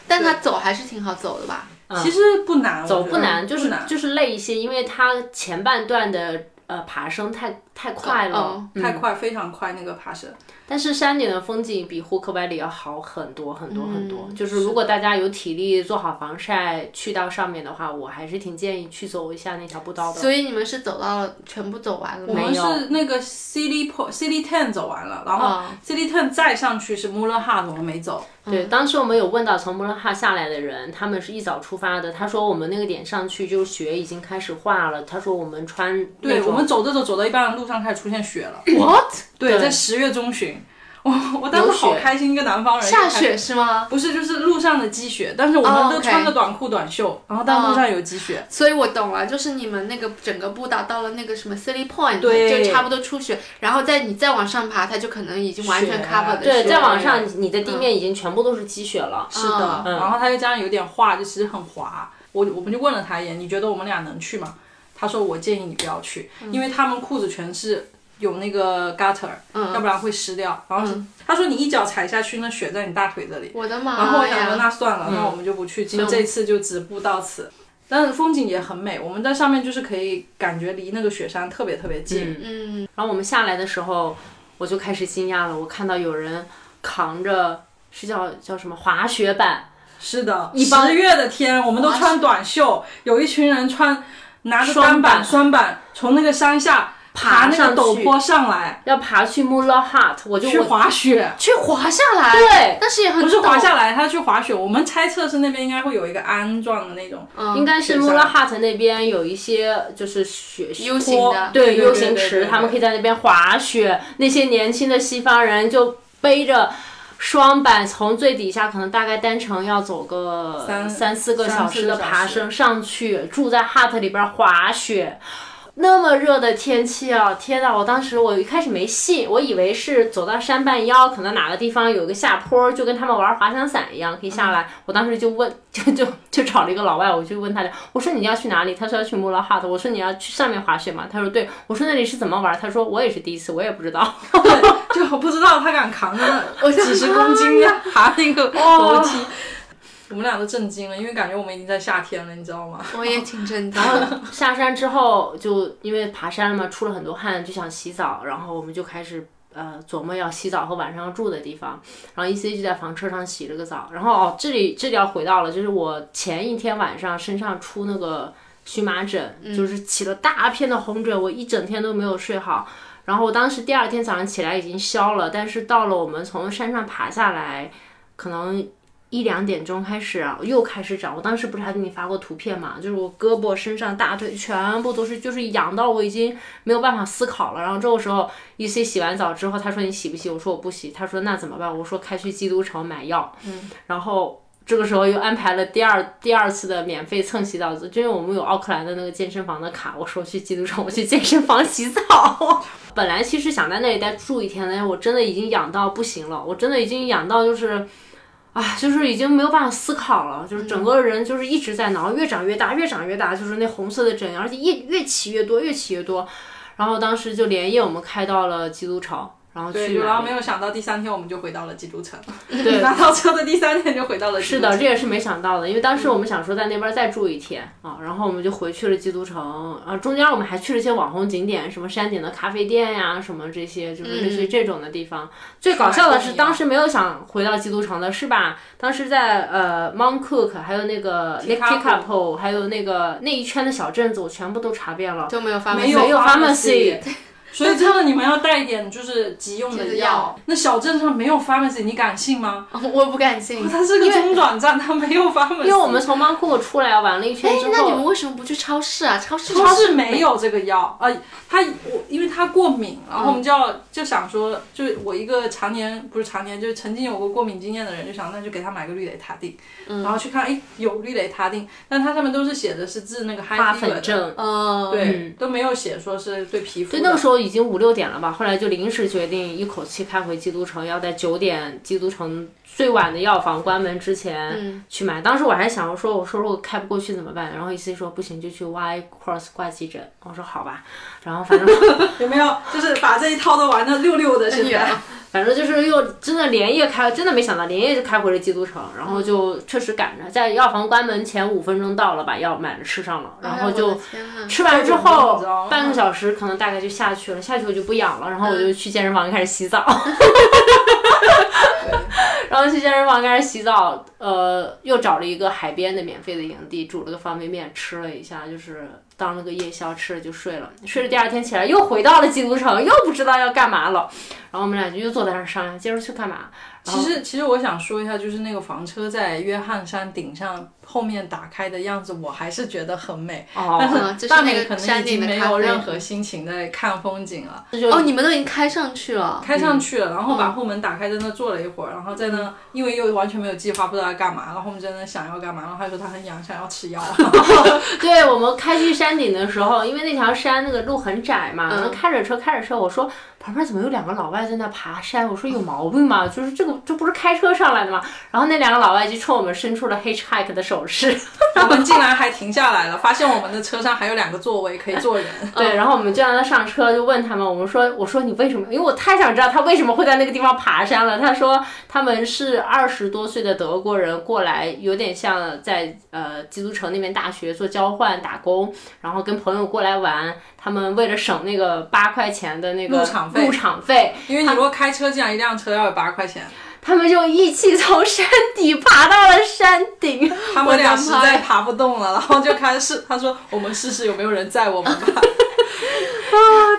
[SPEAKER 2] 但它走还是挺好走的吧？
[SPEAKER 3] 其实不难，走
[SPEAKER 1] 嗯走不难，就是
[SPEAKER 3] 嗯难
[SPEAKER 1] 就是累一些，因为它前半段的呃爬升太太快了。
[SPEAKER 2] 哦
[SPEAKER 3] 太快，非常快那个爬升。
[SPEAKER 1] 但是山顶的风景比胡克百里要好很多很多很多。
[SPEAKER 3] 嗯
[SPEAKER 1] 就是如果大家有体力做好防晒，去到上面的话，我还是挺建议去走一下那条步道的。
[SPEAKER 2] 所以你们是走到了全部走完了
[SPEAKER 3] 我
[SPEAKER 2] 吗？
[SPEAKER 1] 没
[SPEAKER 3] 们
[SPEAKER 1] 有
[SPEAKER 3] 是那个 City Po City Ten 走完了，然
[SPEAKER 2] 哦
[SPEAKER 3] 后 City Ten 再上去是 m u l l e h a t 我们没走，
[SPEAKER 1] 对，当时我们有问到从摩洛哈下来的人，他们是一早出发的。他说我们那个点上去就是雪已经开始化了。他说我们穿
[SPEAKER 3] 对
[SPEAKER 1] 那
[SPEAKER 3] 我
[SPEAKER 1] 种
[SPEAKER 3] 们走着走走到一半，路上开始出现雪了。
[SPEAKER 2] What？
[SPEAKER 3] 对，在十月中旬，我我当时
[SPEAKER 1] 有雪
[SPEAKER 3] 好开心，一个南方人
[SPEAKER 2] 下
[SPEAKER 3] 一开
[SPEAKER 2] 雪是吗？
[SPEAKER 3] 不是就是路上的积雪，但是我
[SPEAKER 2] 哦
[SPEAKER 3] 们都
[SPEAKER 2] ，OK
[SPEAKER 3] 穿着短裤短袖，然后但路上有积雪。
[SPEAKER 2] 所以我懂了，就是你们那个整个步道到了那个什么 City Point，
[SPEAKER 3] 对
[SPEAKER 2] 就差不多出雪，然后再你再往上爬，它就可能已经完全
[SPEAKER 3] 雪
[SPEAKER 2] cover 的
[SPEAKER 3] 对
[SPEAKER 1] 对，
[SPEAKER 2] 雪
[SPEAKER 1] 再往
[SPEAKER 2] 了
[SPEAKER 1] 上你的地面已经全部都是积雪了。
[SPEAKER 3] 是的，
[SPEAKER 1] 嗯
[SPEAKER 3] 然后它又加上有点滑，就其实很滑。我我们就问了他一眼，你觉得我们俩能去吗？他说我建议你不要去，因为他们裤子全是有那个 gutter，、要不然会湿掉。然后是、他说你一脚踩下去，那雪在你大腿这里。
[SPEAKER 2] 我的嗯哎妈呀！
[SPEAKER 3] 然后我想说那算了，那我们就不去，今这次就止步到此。但是风景也很美，我们在上面就是可以感觉离那个雪山特别特别近。
[SPEAKER 2] 嗯，
[SPEAKER 1] 然后我们下来的时候，我就开始惊讶了，我看到有人扛着是叫叫什么滑雪板，
[SPEAKER 3] 是的，
[SPEAKER 1] 一帮
[SPEAKER 3] 十月的天，我们都穿短袖，有一群人穿拿着单板、双板从那个山下爬
[SPEAKER 1] 爬
[SPEAKER 3] 那
[SPEAKER 1] 上
[SPEAKER 3] 个
[SPEAKER 1] 去
[SPEAKER 3] 陡坡上来
[SPEAKER 1] 要爬去 m u l l e h a t 我就
[SPEAKER 3] 去
[SPEAKER 1] 我
[SPEAKER 3] 滑雪，
[SPEAKER 2] 去滑下来，
[SPEAKER 1] 对
[SPEAKER 2] 但是也很
[SPEAKER 3] 不是滑
[SPEAKER 2] 陡
[SPEAKER 3] 下来，他去滑雪。我们猜测是那边应该会有一个鞍状的那种，
[SPEAKER 2] 嗯
[SPEAKER 1] 应该是
[SPEAKER 3] 雪
[SPEAKER 1] m u
[SPEAKER 3] 山
[SPEAKER 1] l l e h a t 那边有一些就是雪
[SPEAKER 2] U 型的，
[SPEAKER 1] 对
[SPEAKER 3] 对对
[SPEAKER 1] U
[SPEAKER 3] 对
[SPEAKER 1] 型
[SPEAKER 3] 对
[SPEAKER 1] 池，
[SPEAKER 3] 对
[SPEAKER 1] 他们可以在那边滑雪。那些年轻的西方人就背着双板从最底下，可能大概单程要走个
[SPEAKER 3] 三
[SPEAKER 1] 三四个
[SPEAKER 3] 三
[SPEAKER 1] 小
[SPEAKER 3] 四
[SPEAKER 1] 时
[SPEAKER 3] 个
[SPEAKER 1] 的
[SPEAKER 3] 小
[SPEAKER 1] 爬
[SPEAKER 3] 时
[SPEAKER 1] 升上去，住在 hut 里边滑雪。那么热的天气啊！天呐，我当时我一开始没信，我以为是走到山半腰，可能哪个地方有个下坡，就跟他们玩滑翔伞一样可以下
[SPEAKER 3] 嗯
[SPEAKER 1] 来。我当时就问，就就就找了一个老外，我就问他俩，我说你要去哪里？他说要去穆拉哈特。我说你要去上面滑雪吗？他说对。我说那里是怎么玩？他说我也是第一次，我也不知道。
[SPEAKER 3] 对，就我不知道他敢扛着那几十公斤
[SPEAKER 1] 啊
[SPEAKER 3] 的爬那个
[SPEAKER 1] 哦
[SPEAKER 3] 楼梯。我们俩都震惊了，因为感觉我们已经在夏天了，你知道吗？
[SPEAKER 2] 我也挺震惊。
[SPEAKER 1] 下山之后，就因为爬山了嘛，出了很多汗，就想洗澡，然后我们就开始呃琢磨要洗澡和晚上要住的地方。然后 E C 就在房车上洗了个澡。然后哦，这里这里要回到了，就是我前一天晚上身上出那个荨麻疹，就是起了大片的红疹，我一整天都没有睡好。然后我当时第二天早上起来已经消了，但是到了我们从山上爬下来，可能一两点钟开始啊又开始长。我当时不是还给你发过图片嘛，就是我胳膊、身上、大腿全部都是，就是痒到我已经没有办法思考了。然后这个时候，E C 洗完澡之后，他说你洗不洗？我说我不洗。他说那怎么办？我说开去基督城买药。嗯，然后。这个时候又安排了第二第二次的免费蹭洗澡，就因为我们有奥克兰的那个健身房的卡，我说去基督城，我去健身房洗澡。 本来其实想在那里再住一天的，但是我真的已经痒到不行了，我真的已经痒到就是，啊，就是已经没有办法思考了，就是整个人就是一直在挠，越长越大，越长越大，就是那红色的疹，而且越越起越多，越起越多。然后当时就连夜我们开到了基督城，然后
[SPEAKER 3] 对，
[SPEAKER 1] 去
[SPEAKER 3] 然后
[SPEAKER 1] 买
[SPEAKER 3] 没有想到第三天我们就回到了基督城，
[SPEAKER 1] 对
[SPEAKER 3] 拿到车的第三天就回到了基督
[SPEAKER 1] 是
[SPEAKER 3] 城。
[SPEAKER 1] 的，这也是没想到的，因为当时我们想说在那边再住一天啊，然后我们就回去了基督城啊，中间我们还去了一些网红景点，什么山顶的咖啡店呀，什么这些，就是类似于这种的地方。最搞笑的是，当时没有想回到基督城的是吧？当时在呃 Mount Cook，还有那个 Lake
[SPEAKER 3] Tekapo
[SPEAKER 1] Tekapo，还有那个那一圈的小镇子，我全部都查遍 了。
[SPEAKER 2] 就没有发
[SPEAKER 3] 没
[SPEAKER 2] 没
[SPEAKER 1] 有
[SPEAKER 3] 有
[SPEAKER 1] pharmacy
[SPEAKER 3] 所以真的你们要带一点就是急用
[SPEAKER 2] 就
[SPEAKER 3] 的
[SPEAKER 2] 是药
[SPEAKER 3] 那小镇上没有 pharmacy，你敢信吗？
[SPEAKER 2] 我不敢信。
[SPEAKER 3] 它是个中转站，它没有 pharmacy。
[SPEAKER 1] 因为我们从 Mount Cook 出来玩了一圈
[SPEAKER 2] 哎
[SPEAKER 1] 之，
[SPEAKER 2] 那你们
[SPEAKER 1] 后，
[SPEAKER 2] 为什么不去超市啊？超市
[SPEAKER 3] 超市没有这个药，呃，他我因为他过敏，然后我们就要就想说，就是我一个常年不是常年，就是曾经有过过敏经验的人，就想那就给他买个氯雷他定，
[SPEAKER 1] 嗯
[SPEAKER 3] 然后去看，哎，有氯雷他定，但它上面都是写的是治那个 high
[SPEAKER 1] 花
[SPEAKER 3] fever
[SPEAKER 1] 粉
[SPEAKER 3] 的，
[SPEAKER 1] 症。
[SPEAKER 2] 嗯，
[SPEAKER 3] 对，都没有写说是对皮肤的。
[SPEAKER 1] 对，那个时候已经五六点了吧，后来就临时决定一口气开回基督城，要在九点基督城最晚的药房关门之
[SPEAKER 2] 嗯
[SPEAKER 1] 前去买。当时我还想我说，我说如果开不过去怎么办？然后医生说不行，就去 Y Cross 挂急诊。我说好吧，然后反正
[SPEAKER 3] 有没有就是把这一套都玩的溜溜的？现
[SPEAKER 1] 哎
[SPEAKER 3] 在
[SPEAKER 1] 反正就是又真的连夜开，真的没想到连夜就开回了基督城，然后就确实赶着在药房关门前五分钟到了，把药买了吃上了，然后就
[SPEAKER 2] 哎我的天呐
[SPEAKER 1] 吃完之
[SPEAKER 3] 这种
[SPEAKER 1] 后
[SPEAKER 3] 你知道吗
[SPEAKER 1] 半个小时可能大概就下去了，下去我就不痒了，然后我就去健身房开始洗澡，然后去健身房开始洗澡，呃，又找了一个海边的免费的营地，煮了个方便面吃了一下，就是当了个夜宵吃了就睡了，睡了第二天起来又回到了基督城，又不知道要干嘛了，然后我们俩就又坐在那儿商量今儿去干嘛，然
[SPEAKER 3] 其
[SPEAKER 1] 后
[SPEAKER 3] 实其实我想说一下，就是那个房车在约翰山顶上后面打开的样子，我还是觉得很美。
[SPEAKER 1] 哦，
[SPEAKER 2] 嗯
[SPEAKER 3] 但
[SPEAKER 2] 就是
[SPEAKER 3] 大
[SPEAKER 2] 那
[SPEAKER 3] 美
[SPEAKER 2] 个
[SPEAKER 3] 可能
[SPEAKER 2] 山
[SPEAKER 3] 已
[SPEAKER 2] 顶
[SPEAKER 3] 经
[SPEAKER 2] 的
[SPEAKER 3] 没
[SPEAKER 2] 咖
[SPEAKER 3] 有
[SPEAKER 2] 啡
[SPEAKER 3] 任何心情在看风景了，
[SPEAKER 1] 这就
[SPEAKER 2] 哦，你们都已经开上去了，
[SPEAKER 3] 开上去了，然后把
[SPEAKER 2] 嗯
[SPEAKER 3] 后门打开，在那坐了一会儿，然后在那因为又完全没有计划，不知道要干嘛，然后我们在那想要干嘛，然后他说他很痒，想要吃 药，
[SPEAKER 1] 对我们开去山顶的时候，因为那条山那个路很窄嘛，
[SPEAKER 2] 嗯
[SPEAKER 1] 然后开着车开着车，我说旁边怎么有两个老外在那爬山？我说有毛病吗？就是这个这不是开车上来的吗？然后那两个老外就冲我们伸出了 hitchhike 的手势，
[SPEAKER 3] 我们竟然还停下来了，发现我们的车上还有两个座位可以坐人，
[SPEAKER 1] 对，然后我们就让他上车，就问他们，我们说我说你为什么？因为我太想知道他为什么会在那个地方爬山了。他说他们是二十多岁的德国人过来，有点像在呃基督城那边大学做交换打工，然后跟朋友过来玩。他们为了省那个八块钱的那个
[SPEAKER 3] 入场费
[SPEAKER 1] 入场费，
[SPEAKER 3] 因为你如果开车进来，一辆车要有八 块钱，
[SPEAKER 1] 他们就一起从山底爬到了山顶。
[SPEAKER 3] 他们俩
[SPEAKER 2] 我的
[SPEAKER 3] 实
[SPEAKER 2] 妈呀
[SPEAKER 3] 在爬不动了，然后就开始他说我们试试有没有人载我们 吧，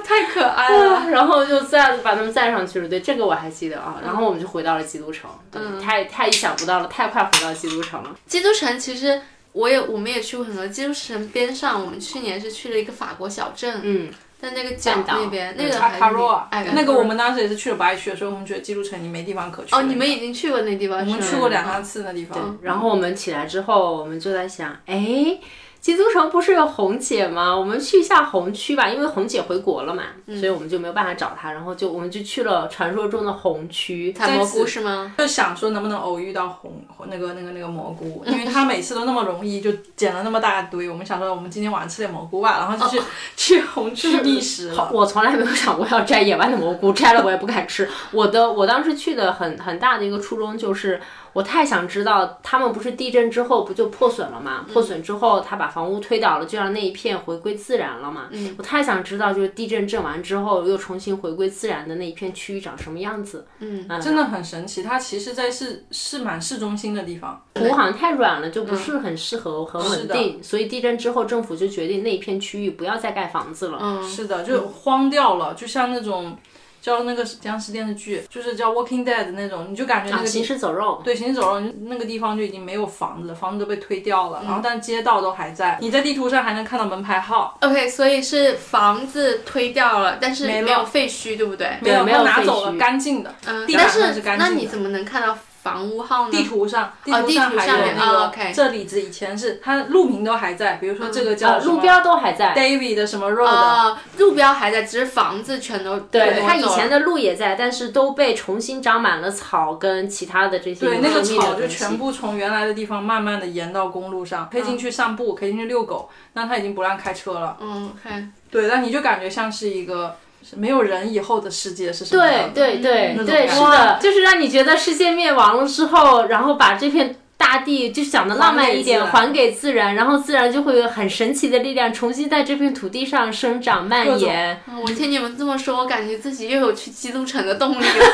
[SPEAKER 2] 太可
[SPEAKER 3] 哎
[SPEAKER 2] 爱 了。
[SPEAKER 1] 然后就载把他们载上去了，对这个我还记得啊。然后我们就回到了基督城，对，
[SPEAKER 3] 嗯
[SPEAKER 1] 太太意想不到了，太快回到基督城了。
[SPEAKER 2] 基督城其实我也我们也去过很多，基督城边上我们去年是去了一个法国小镇，
[SPEAKER 1] 嗯，
[SPEAKER 2] 在那个角
[SPEAKER 1] 半岛
[SPEAKER 2] 那边，那个
[SPEAKER 3] 阿
[SPEAKER 2] 还
[SPEAKER 3] 卡若尔
[SPEAKER 2] 哎，
[SPEAKER 3] 啊那个我们当时也是去了不爱去的，所以我们觉得基督城已经没地方可去了。
[SPEAKER 2] 哦，你们已经去过那地方是
[SPEAKER 3] 我
[SPEAKER 2] 吗，嗯
[SPEAKER 3] 们去过两三次那地方，
[SPEAKER 1] 然后我们起来之后，我们就在想，哎，基督城不是有红姐吗？我们去一下红区吧，因为红姐回国了嘛，所以我们就没有办法找她，然后就我们就去了传说中的红区。
[SPEAKER 2] 采蘑菇是吗？
[SPEAKER 3] 就想说能不能偶遇到红那个那个那个蘑菇，
[SPEAKER 1] 嗯
[SPEAKER 3] 因为他每次都那么容易就捡了那么大堆。我们想说我们今天晚上吃点蘑菇吧，然后就
[SPEAKER 1] 哦
[SPEAKER 3] 去、 去红区觅食
[SPEAKER 1] 好
[SPEAKER 3] 了。
[SPEAKER 1] 我从来没有想过要摘野外的蘑菇，摘了我也不敢吃。我的我当时去的很很大的一个初衷就是，我太想知道，他们不是地震之后不就破损了吗？
[SPEAKER 3] 嗯
[SPEAKER 1] 破损之后，他把房屋推倒了，就让那一片回归自然了嘛。
[SPEAKER 3] 嗯
[SPEAKER 1] 我太想知道，就是地震震完之后又重新回归自然的那一片区域长什么样子。嗯，
[SPEAKER 3] 真的很神奇。它其实，在市是蛮市中心的地方，
[SPEAKER 1] 湖好像太软了，就不是很适合和
[SPEAKER 3] 嗯
[SPEAKER 1] 稳定，所以地震之后，政府就决定那一片区域不要再盖房子了。
[SPEAKER 2] 嗯
[SPEAKER 3] 是的，
[SPEAKER 1] 嗯
[SPEAKER 3] 就荒掉了，就像那种叫那个僵尸电视剧，就是叫《Walking Dead》那种，你就感觉那
[SPEAKER 1] 啊，
[SPEAKER 3] 个
[SPEAKER 1] 行尸走肉。
[SPEAKER 3] 对，行尸走肉，那个地方就已经没有房子了，房子都被推掉了，然
[SPEAKER 1] 嗯
[SPEAKER 3] 后但街道都还在，你在地图上还能看到门牌号，
[SPEAKER 2] OK，所以是房子推掉了，但是
[SPEAKER 3] 没了
[SPEAKER 2] 没有废墟，对不对？
[SPEAKER 1] 对
[SPEAKER 3] 有
[SPEAKER 1] 没
[SPEAKER 3] 有
[SPEAKER 1] 有
[SPEAKER 3] 拿
[SPEAKER 1] 废
[SPEAKER 3] 走了，
[SPEAKER 1] 墟
[SPEAKER 3] 干净的，
[SPEAKER 2] 嗯，
[SPEAKER 3] 地板
[SPEAKER 2] 但
[SPEAKER 3] 上是干净的
[SPEAKER 2] 那你怎么能看到房屋号呢？
[SPEAKER 3] 地图上，地
[SPEAKER 2] 哦
[SPEAKER 3] 图
[SPEAKER 2] 地
[SPEAKER 3] 上
[SPEAKER 2] 图
[SPEAKER 3] 还
[SPEAKER 2] 上
[SPEAKER 3] 有
[SPEAKER 2] 面
[SPEAKER 3] 那个、
[SPEAKER 2] 哦，OK
[SPEAKER 3] 这里子以前是它路名都还在，比如说这个叫
[SPEAKER 1] 呃，
[SPEAKER 3] 什么
[SPEAKER 1] 路
[SPEAKER 2] 嗯
[SPEAKER 1] 标都还在，
[SPEAKER 3] David 的什么 Road，、
[SPEAKER 2] 啊，路标还在，只是房子全都
[SPEAKER 1] 对，它
[SPEAKER 2] 它
[SPEAKER 1] 以前的路也在，但是都被重新长满了草跟其他的这些
[SPEAKER 3] 对，那个
[SPEAKER 1] 有生命的
[SPEAKER 3] 草就
[SPEAKER 1] 东西
[SPEAKER 3] 全部从原来的地方慢慢的延到公路上，可以进去散步，可以进去遛狗。那它已经不让开车了。
[SPEAKER 2] 嗯，OK，
[SPEAKER 3] 对，但你就感觉像是一个是没有人以后的世界是什么
[SPEAKER 1] 对
[SPEAKER 3] 样的？
[SPEAKER 1] 对对
[SPEAKER 3] 嗯那种
[SPEAKER 1] 对，
[SPEAKER 3] 感
[SPEAKER 1] 是
[SPEAKER 3] 觉
[SPEAKER 1] 的，就是让你觉得世界灭亡了之后，然后把这片大地就是讲的浪漫一点，
[SPEAKER 3] 还
[SPEAKER 1] 还给自然，然后自然就会有很神奇的力量重新在这片土地上生长蔓延。
[SPEAKER 2] 嗯我听你们这么说，我感觉自己又有去基督城的动力了。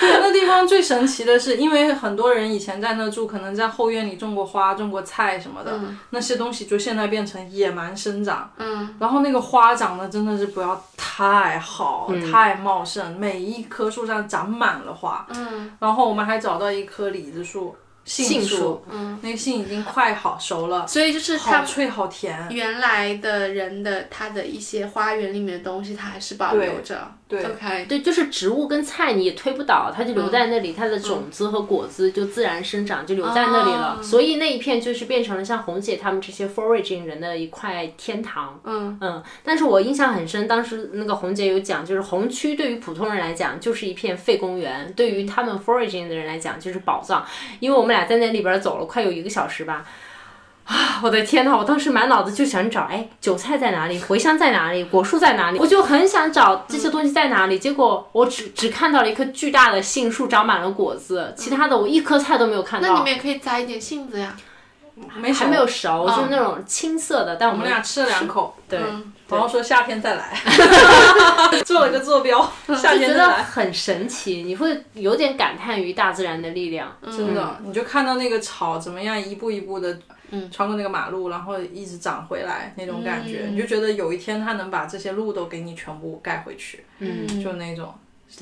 [SPEAKER 3] 对，那地方最神奇的是，因为很多人以前在那住，可能在后院里种过花、种过菜什么的，
[SPEAKER 1] 嗯
[SPEAKER 3] 那些东西就现在变成野蛮生长。
[SPEAKER 2] 嗯，
[SPEAKER 3] 然后那个花长得真的是不要太好，
[SPEAKER 1] 嗯
[SPEAKER 3] 太茂盛，每一棵树上长满了花。嗯，然后我们还找到一棵李子树，杏
[SPEAKER 1] 杏树
[SPEAKER 2] 嗯
[SPEAKER 3] 那个杏已经快好熟了，
[SPEAKER 2] 所以就是
[SPEAKER 3] 好
[SPEAKER 2] 他
[SPEAKER 3] 脆好甜。
[SPEAKER 2] 原来的人的他的一些花园里面的东西，他还是保留着。
[SPEAKER 3] 对
[SPEAKER 2] o k
[SPEAKER 1] 哎对，就是植物跟菜你也推不倒，它就留在那里，
[SPEAKER 2] 嗯
[SPEAKER 1] 它的种子和果子就自然生长，就留在那里了。
[SPEAKER 2] 哦
[SPEAKER 1] 所以那一片就是变成了像红姐他们这些 foraging 人的一块天堂。
[SPEAKER 2] 嗯
[SPEAKER 1] 嗯，但是我印象很深，当时那个红姐有讲，就是红区对于普通人来讲就是一片废公园，对
[SPEAKER 2] 嗯
[SPEAKER 1] 于他们 foraging 的人来讲就是宝藏。因为我们俩在那里边走了快有一个小时吧。啊！我的天呐，我当时满脑子就想找，哎，韭菜在哪里？茴香在哪里？果树在哪里？我就很想找这些东西在哪里。结果我只只看到了一棵巨大的杏树，长满了果子，其他的我一颗菜都没有看到。
[SPEAKER 2] 那你们也可以摘一点杏子呀。
[SPEAKER 3] 没熟嗯
[SPEAKER 1] 还没有熟，就是那种青色的，但我
[SPEAKER 3] 我
[SPEAKER 1] 们
[SPEAKER 3] 们俩吃了两口，
[SPEAKER 1] 对。
[SPEAKER 2] 嗯，
[SPEAKER 3] 然后说夏天再 来，做了个坐标，夏
[SPEAKER 1] 就觉
[SPEAKER 3] 天再
[SPEAKER 1] 得
[SPEAKER 3] 来。
[SPEAKER 1] 很神奇，你会有点感叹于大自然的力量。
[SPEAKER 3] 真的，你就看到那个草怎么样一步一步的，穿过那个马路，然后一直长回来那种感觉，你就觉得有一天它能把这些路都给你全部盖回去，嗯，就那种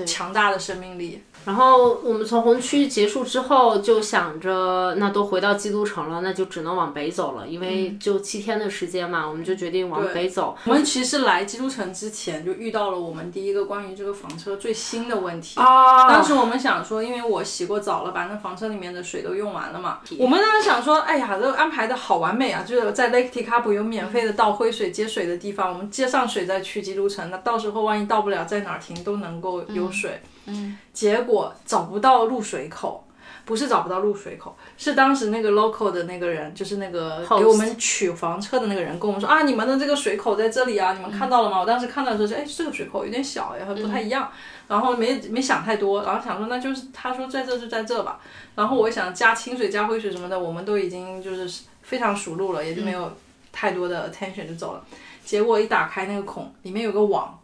[SPEAKER 3] 强大的生命力。
[SPEAKER 1] 然后我们从红区结束之后，就想着那都回到基督城了，那就只能往北走了，因为就七天的时间嘛，我们就决定往北走。
[SPEAKER 3] 我们其实来基督城之前就遇到了我们第一个关于这个房车最新的问题
[SPEAKER 2] 啊
[SPEAKER 1] 哦
[SPEAKER 3] 当时我们想说，因为我洗过澡了，把那房车里面的水都用完了嘛。我们当时想说，哎呀，这安排的好完美啊！就是在 Lake Tikapu 有免费的倒灰水接水的地方，我们接上水再去基督城。那到时候万一到不了，在哪儿停都能够有水。嗯。结果找不到入水口，不是找不到入水口，是当时那个 local 的那个人，就是那个
[SPEAKER 1] Host
[SPEAKER 3] 给我们取房车的那个人，跟我们说啊，你们的这个水口在这里啊，你们看到了吗？我当时看到的时候说，哎，这个水口有点小呀，还不太一样。然后没没想太多，然后想说那就是他说在这就在这吧。然后我想加清水、加灰水什么的，我们都已经就是非常熟路了，也就没有太多的 attention 就走了。结果一打开那个孔，里面有个网，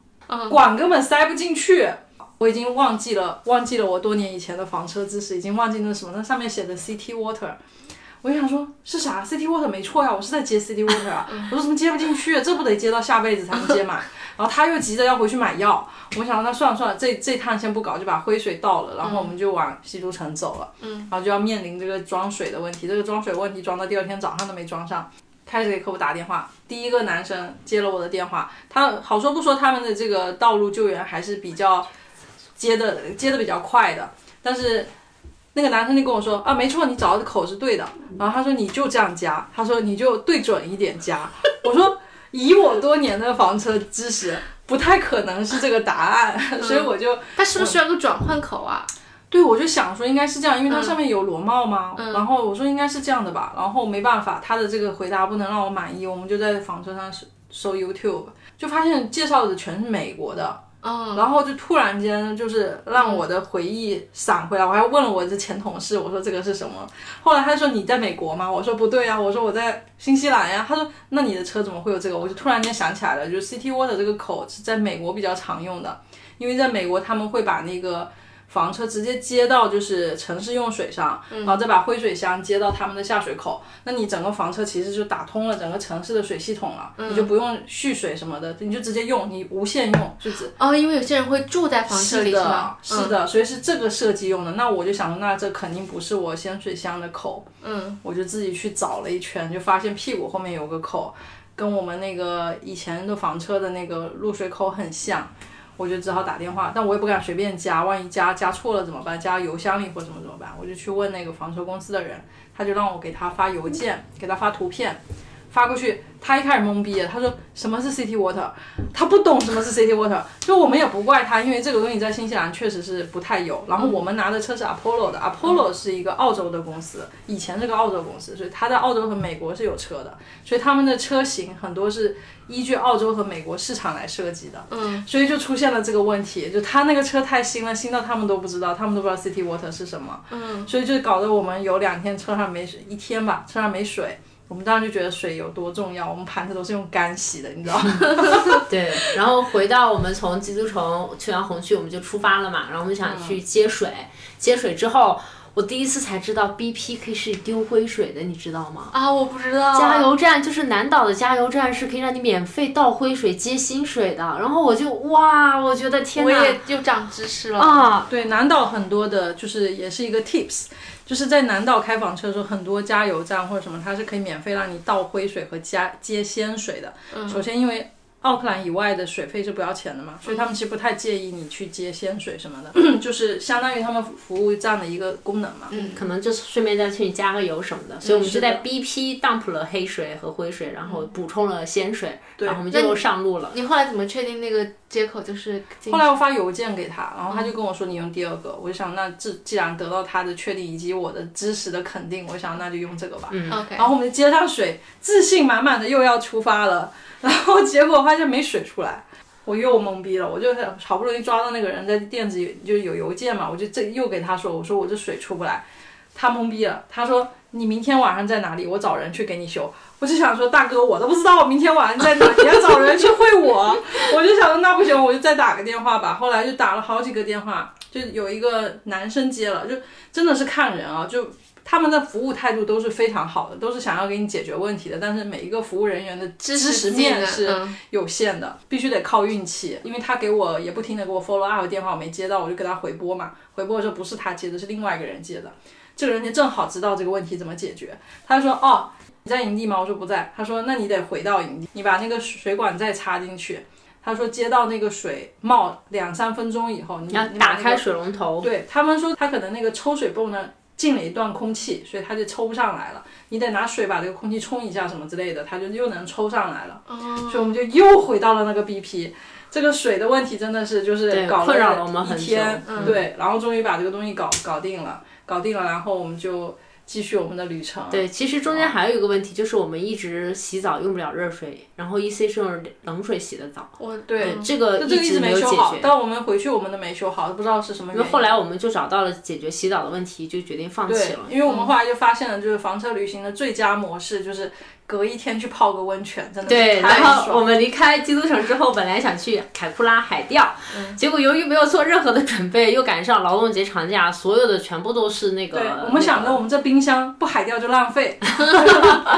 [SPEAKER 3] 管根本塞不进去。我已经忘记了，忘记了我多年以前的房车知识，已经忘记那什么，那上面写的 City Water。我就想说，是啥？City Water 没错呀、我是在接 City Water 啊。我说怎么接不进去？啊这不得接到下辈子才能接满。然后他又急着要回去买药，我想那算了算了，这这趟先不搞，就把灰水倒了，然后我们就往西都城走了。嗯，然后就要面临这个装水的问题，这个装水问题装到第二天早上都没装上。开始给客户打电话，第一个男生接了我的电话，他好说不说，他们的这个道路救援还是比较接的接的比较快的，但是那个男生就跟我说啊，没错，你找的口是对的，然后他说你就这样加，他说你就对准一点加，我说以我多年的房车知识，不太可能是这个答案，所以我就
[SPEAKER 2] 它是不是需要个转换口啊？
[SPEAKER 3] 对，我就想说应该是这样，因为它上面有螺帽嘛。然后我说应该是这样的吧，然后没办法，他的这个回答不能让我满意，我们就在房车上搜搜 YouTube，就发现介绍的全是美国的。
[SPEAKER 2] 嗯，
[SPEAKER 3] 然后就突然间就是让我的回忆闪回来，我还问了我的前同事，我说这个是什么？后来他说你在美国吗？我说不对啊，我说我在新西兰呀、他说那你的车怎么会有这个？我就突然间想起来了，就是 City Water 这个口是在美国比较常用的，因为在美国他们会把那个。房车直接接到就是城市用水上，然后再把灰水箱接到他们的下水口，那你整个房车其实就打通了整个城市的水系统了，你就不用蓄水什么的，你就直接用，你无限用，就只
[SPEAKER 2] 哦，因为有些人会住在房车里，是
[SPEAKER 3] 是
[SPEAKER 2] 嗯
[SPEAKER 3] 的
[SPEAKER 2] 吗，？
[SPEAKER 3] 嗯是的，所以是这个设计用的。那我就想说，那这肯定不是我鲜水箱的口，嗯，我就自己去找了一圈，就发现屁股后面有个口，跟我们那个以前的房车的那个露水口很像。我就只好打电话，但我也不敢随便加，万一加加错了怎么办？加邮箱里或怎么怎么办？我就去问那个房车公司的人，他就让我给他发邮件，给他发图片，发过去。他一开始懵逼了，他说什么是 City Water，他不懂什么是 City Water，就我们也不怪他，因为这个东西在新西兰确实是不太有。然后我们拿的车是 Apollo 的，Apollo 是一个澳洲的公司，以前是个澳洲公司，所以他在澳洲和美国是有车的，所以他们的车型很多是依据澳洲和美国市场来设计的。嗯，所以就出现了这个问题，就他那个车太新了，新到他们都不知道，他们都不知道 City Water 是什么。嗯，所以就搞得我们有两天车上没水，一天吧，车上没水。我们当时就觉得水有多重要，我们盘子都是用干洗的，你知道吗？
[SPEAKER 1] 对，然后回到我们从基督城去完红区，我们就出发了嘛，然后我们想去接水，接水之后，我第一次才知道 BP 可以是丢灰水的，你知道吗？
[SPEAKER 2] 啊，我不知道，
[SPEAKER 1] 加油站就是南岛的加油站是可以让你免费倒灰水接新水的，然后我就哇，我觉得天
[SPEAKER 2] 我
[SPEAKER 1] 哪
[SPEAKER 2] 也又长知识了。
[SPEAKER 1] 啊！
[SPEAKER 3] 对，南岛很多的，就是也是一个 tips，就是在南岛开房车的时候，很多加油站或者什么，它是可以免费让你倒灰水和加接鲜水的。首先，因为奥克兰以外的水费是不要钱的嘛，所以他们其实不太介意你去接鲜水什么的， 就是相当于他们服务站的一个功能嘛。
[SPEAKER 2] 嗯
[SPEAKER 1] 可能就是顺便再去你加个油什么的，所以我们
[SPEAKER 3] 嗯是
[SPEAKER 1] 就在
[SPEAKER 3] 的
[SPEAKER 1] BP dump 了黑水和灰水，然后补充了鲜水，然后我们
[SPEAKER 2] 那
[SPEAKER 1] 就
[SPEAKER 2] 你
[SPEAKER 1] 上路了。
[SPEAKER 2] 你后来怎么确定那个接口就是进？
[SPEAKER 3] 后来我发邮件给他，然后他就跟我说你用第二个，我就想那既既然得到他的确定以及我的知识的肯定，我就想那就用这个吧。
[SPEAKER 2] 嗯 OK，
[SPEAKER 3] 然后我们就接上水，自信满满的又要出发了， 然后结果发现没水出来，我又懵逼了。我就好不容易抓到那个人在电子就有邮件嘛，我就这又给他说，我说我这水出不来，他懵逼了，他说你明天晚上在哪里？我找人去给你修。我就想说，大哥，我都不知道我明天晚上在哪，你要找人去会我。我就想说，那不行，我就再打个电话吧。后来就打了好几个电话，就有一个男生接了，就真的是看人啊，就他们的服务态度都是非常好的，都是想要给你解决问题的，但是每一个服务人员的知识面是
[SPEAKER 2] 嗯
[SPEAKER 3] 有限的，必须得靠运气。因为他给我也不停的给我 follow up 电话，我没接到，我就给他回拨嘛。回拨的时候不是他接的，是另外一个人接的。这个人家正好知道这个问题怎么解决，他就说：“哦，你在营地吗？”我说：“不在。”他说：“那你得回到营地，你把那个水管再插进去。”他说：“接到那个水冒两三分钟以后，你
[SPEAKER 1] 你要
[SPEAKER 3] 你把
[SPEAKER 1] 打
[SPEAKER 3] 嗯那个
[SPEAKER 1] 开水龙头，
[SPEAKER 3] 对他们说，他可能那个抽水泵呢进了一段空气，所以他就抽不上来了。你得拿水把这个空气冲一下什么之类的，他就又能抽上来了。
[SPEAKER 2] 哦
[SPEAKER 3] 所以我们就又回到了那个 BP。这个水的问题真的是就是
[SPEAKER 1] 对
[SPEAKER 3] 搞
[SPEAKER 1] 困扰了我们
[SPEAKER 3] 一
[SPEAKER 1] 很久
[SPEAKER 3] 天，
[SPEAKER 1] 嗯
[SPEAKER 3] 对，然后终于把这个东西搞搞定了，搞定了，然后我们就继续我们的旅程。
[SPEAKER 1] 对，其实中间
[SPEAKER 3] 啊
[SPEAKER 1] 还有一个问题，就是我们一直洗澡用不了热水，然后 E C 是用冷水洗的澡，
[SPEAKER 2] 我
[SPEAKER 3] 对嗯
[SPEAKER 1] 这个
[SPEAKER 3] 那这个一
[SPEAKER 1] 直
[SPEAKER 3] 没
[SPEAKER 1] 有解
[SPEAKER 3] 修好，
[SPEAKER 1] 决。
[SPEAKER 3] 但我们回去我们都没修好，不知道是什么
[SPEAKER 1] 因
[SPEAKER 3] 原
[SPEAKER 1] 为
[SPEAKER 3] 因。
[SPEAKER 1] 后来我们就找到了解决洗澡的问题，就决定放弃
[SPEAKER 3] 对
[SPEAKER 1] 了，。
[SPEAKER 3] 因为我们后来就发现了，就是房车旅行的最佳模式就是隔一天去泡个温泉，真的
[SPEAKER 1] 对，
[SPEAKER 3] 是太
[SPEAKER 1] 然后我
[SPEAKER 3] 爽。
[SPEAKER 1] 们离开基督城之后，本来想去凯库拉海钓，
[SPEAKER 3] 嗯
[SPEAKER 1] 结果由于没有做任何的准备，又赶上劳动节长假，所有的全部都是那个。
[SPEAKER 3] 对，我们想着我们这冰箱不海钓就 浪费，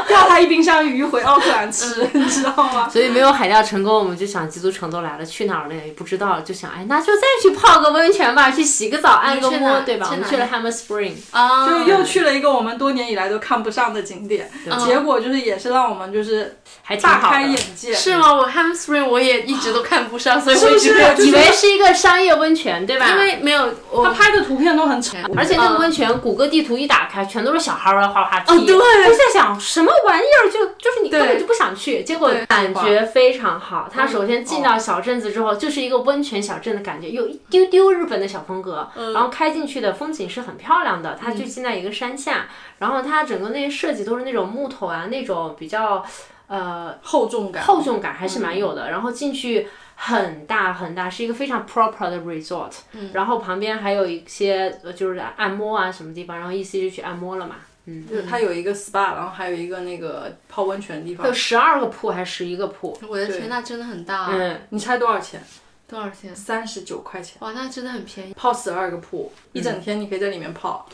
[SPEAKER 3] 钓他一冰箱鱼回奥克兰吃， 你知道吗？
[SPEAKER 1] 所以没有海钓成功，我们就想基督城都来了，去哪儿呢？也不知道，就想哎，那就再去泡个温泉吧，去洗个澡，按个
[SPEAKER 2] 你们去哪
[SPEAKER 1] 摩，对吧？
[SPEAKER 2] 去
[SPEAKER 1] 我
[SPEAKER 2] 哪
[SPEAKER 1] 们去了 Hammer Spring，
[SPEAKER 2] 啊，
[SPEAKER 1] 嗯
[SPEAKER 3] 就是又去了一个我们多年以来都看不上的景点，结果就是也是让我们就是
[SPEAKER 1] 还嗯挺
[SPEAKER 3] 嗯大
[SPEAKER 1] 好
[SPEAKER 3] 开眼
[SPEAKER 1] 的。
[SPEAKER 3] 界，
[SPEAKER 2] 是吗？我 Hamstring 我也一直都看不 上，所以
[SPEAKER 3] 是
[SPEAKER 2] 我一
[SPEAKER 3] 不
[SPEAKER 2] 直
[SPEAKER 3] 是
[SPEAKER 2] 没有？
[SPEAKER 1] 以为是一个商业温泉，对吧？
[SPEAKER 2] 因为没有
[SPEAKER 3] 他
[SPEAKER 1] 哦
[SPEAKER 2] 我。
[SPEAKER 3] 拍的图片都很丑，
[SPEAKER 1] 而且那个温泉，谷歌地图一打开，全都是小孩儿玩滑滑梯。
[SPEAKER 2] 哦对
[SPEAKER 1] 我就在想什么玩意儿，就就是你根本
[SPEAKER 2] 对
[SPEAKER 1] 就不想去，结果
[SPEAKER 2] 对
[SPEAKER 1] 感觉非常好。它首先进到小镇子之后，就是一个温泉小镇的感觉，有一丢丢日本的小风格。然后开进去的风景是很漂亮的，它就进在一个山下，然后它整个那些设计都是那种木头啊，那种比较。呃
[SPEAKER 3] 厚重感，
[SPEAKER 1] 厚重感还是蛮有的。然后进去很大很大，是一个非常 proper 的 resort，、然后旁边还有一些呃就是按摩啊什么地方，然后 E C 就去按摩了嘛。嗯，
[SPEAKER 3] 就是它有一个 SPA，然后还有一个那个泡温泉的地方。
[SPEAKER 1] 有十二个铺还是十一个铺？
[SPEAKER 2] 我的天，那真的很大、啊，
[SPEAKER 1] 嗯，
[SPEAKER 3] 你猜多少钱？
[SPEAKER 2] 多少钱？
[SPEAKER 3] 三十九块钱，
[SPEAKER 2] 哇，那真的很便宜。
[SPEAKER 3] 泡十二个铺，一
[SPEAKER 1] 嗯
[SPEAKER 3] 整天你可以在里面泡。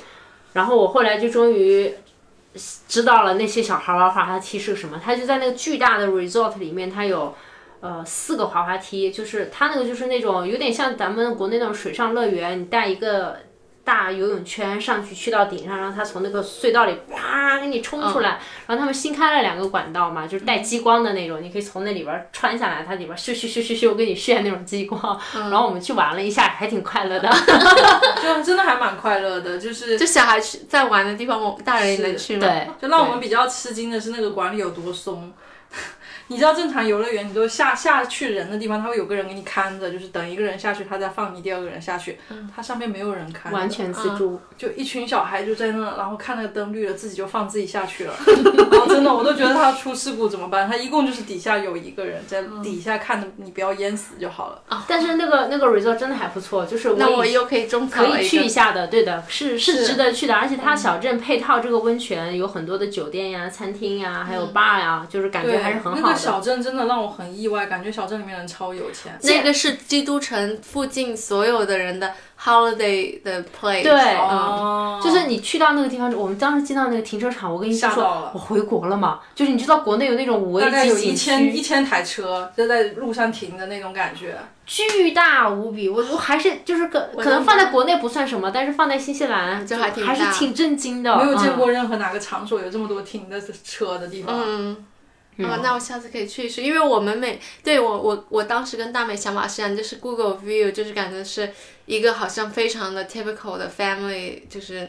[SPEAKER 1] 然后我后来就终于知道了那些小孩玩滑滑梯是什么。他就在那个巨大的 resort 里面，它有呃四个滑滑梯，就是它那个就是那种有点像咱们国内那种水上乐园，你带一个大游泳圈上去，去到顶上，然后它从那个隧道里啪给你冲出来。然后他们新开了两个管道嘛，就是带激光的那种，你可以从那里边儿穿下来，它里边儿咻咻咻咻咻给你炫那种激光。然后我们去玩了一下，还挺快乐的。
[SPEAKER 3] 就真的还蛮快乐的，就是
[SPEAKER 2] 就小孩去在玩的地方，我们大人也能去吗？
[SPEAKER 1] 对，
[SPEAKER 3] 就让我们比较吃惊的是那个管理有多松。 你知道正常游乐园，你都下下去人的地方，他会有个人给你看着，就是等一个人下去，他再放你第二个人下去。它上面没有人看，
[SPEAKER 1] 嗯完全自助。
[SPEAKER 3] 就一群小孩就在那，然后看那个灯绿了，自己就放自己下去 了。然后真的，我都觉得他出事故怎么办？他一共就是底下有一个人在
[SPEAKER 1] 嗯
[SPEAKER 3] 底下看着你，不要淹死就好了。
[SPEAKER 1] 但是那个那个 resort 真的还不错，就是
[SPEAKER 2] 那
[SPEAKER 1] 我
[SPEAKER 2] 我
[SPEAKER 1] 以
[SPEAKER 2] 又可以种草
[SPEAKER 1] 可
[SPEAKER 2] 了
[SPEAKER 1] 以
[SPEAKER 2] 一
[SPEAKER 1] 去
[SPEAKER 2] 个
[SPEAKER 1] 一下的，对的，是是值得去的。而且
[SPEAKER 3] 嗯
[SPEAKER 1] 它小镇配套这个温泉有很多的酒店呀、餐厅呀，还有 bar 呀，就是感觉还是很好
[SPEAKER 3] 嗯那个
[SPEAKER 1] 的。
[SPEAKER 3] 小镇真的让我很意外，感觉小镇里面人超有钱。
[SPEAKER 2] 那个是基督城附近所有的人的 holiday 的 place。
[SPEAKER 1] 对嗯
[SPEAKER 3] 哦，
[SPEAKER 1] 就是你去到那个地方，我们当时进到那个停车场，我跟你
[SPEAKER 3] 吓到
[SPEAKER 1] 说
[SPEAKER 3] 了，
[SPEAKER 1] 我回国了嘛。就是你知道国内有那种五 A
[SPEAKER 3] 大概
[SPEAKER 1] 级
[SPEAKER 3] 有
[SPEAKER 1] 景
[SPEAKER 3] 一千一
[SPEAKER 1] 区，
[SPEAKER 3] 千台车就在路上停的那种感觉。
[SPEAKER 1] 巨大无比。我我还是就是可可能放在国内不算什么，但是放在新西兰
[SPEAKER 2] 就还挺
[SPEAKER 1] 还是
[SPEAKER 2] 大
[SPEAKER 1] 挺震惊的。
[SPEAKER 2] 哦
[SPEAKER 3] 没有见
[SPEAKER 1] 嗯
[SPEAKER 3] 过任何哪个场所有这么多停的车的地方。
[SPEAKER 2] 嗯。啊、那我下次可以去一去，因为我们每对我我我当时跟大美想法是一样，就是 Google View，就是感觉是一个好像非常的 typical 的 family，就是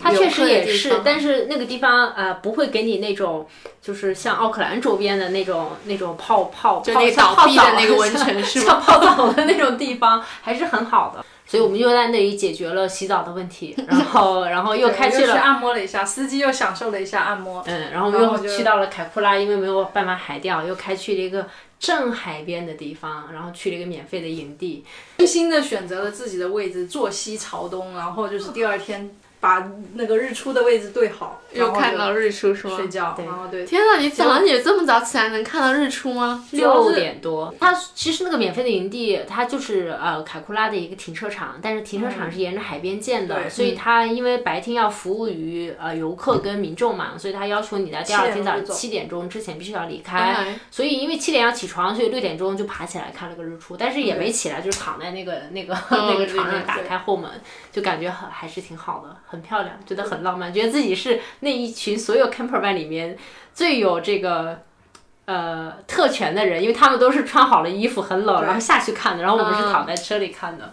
[SPEAKER 1] 它
[SPEAKER 2] 游
[SPEAKER 1] 确
[SPEAKER 2] 客
[SPEAKER 1] 实
[SPEAKER 2] 的
[SPEAKER 1] 也
[SPEAKER 2] 地
[SPEAKER 1] 是
[SPEAKER 2] 方，
[SPEAKER 1] 但是那个地方呃不会给你那种就是像奥克兰周边的那种那种泡泡
[SPEAKER 2] 就
[SPEAKER 1] 泡
[SPEAKER 2] 那
[SPEAKER 1] 像
[SPEAKER 2] 倒
[SPEAKER 1] 泡
[SPEAKER 2] 闭
[SPEAKER 1] 澡
[SPEAKER 2] 的那个温泉是
[SPEAKER 1] 像泡澡的那种地方还是很好的，所以我们就在那里解决了洗澡的问题，然后然后又
[SPEAKER 3] 对
[SPEAKER 1] 开
[SPEAKER 3] 我
[SPEAKER 1] 去
[SPEAKER 3] 去
[SPEAKER 1] 了。
[SPEAKER 3] 按摩了一下，司机又享受了一下按摩。
[SPEAKER 1] 嗯，然后我
[SPEAKER 3] 然后
[SPEAKER 1] 们
[SPEAKER 3] 就
[SPEAKER 1] 又去到了凯库拉，因为没有办法海钓，又开去了一个正海边的地方，然后去了一个免费的营地。
[SPEAKER 3] 精心的选择了自己的位置，坐西朝东，然后就是第二天把那个日出的位置对好，然
[SPEAKER 2] 又
[SPEAKER 3] 后就
[SPEAKER 2] 看到日出是吗？
[SPEAKER 3] 睡觉，
[SPEAKER 1] 对
[SPEAKER 3] 然后对。
[SPEAKER 2] 天哪，你早上也这么早起来能看到日出吗？
[SPEAKER 3] 主要是
[SPEAKER 1] 六点多，它其实那个免费的营地，它就是呃凯库拉的一个停车场，但是停车场是沿着海边建的，
[SPEAKER 3] 对
[SPEAKER 1] 所以它因为白天要服务于呃游客跟民众嘛，所以它要求你在第二天早上七
[SPEAKER 3] 7
[SPEAKER 1] 点钟之嗯前必须要离开。
[SPEAKER 2] 哎
[SPEAKER 1] 所以因为七点要起床，所以六点钟就爬起来看了个日出，但是也没起来，就是躺在那个那个、 那个床
[SPEAKER 2] 嗯
[SPEAKER 1] 上
[SPEAKER 2] 对对
[SPEAKER 1] 打开后门，就感觉很还是挺好的，很漂亮，觉得很浪漫，觉得自己是那一群所有 campervan 里面最有这个呃特权的人，因为他们都是穿好了衣服，很冷，
[SPEAKER 3] 对
[SPEAKER 1] 然后下去看的，然后我们是
[SPEAKER 2] 嗯
[SPEAKER 1] 躺在车里看的。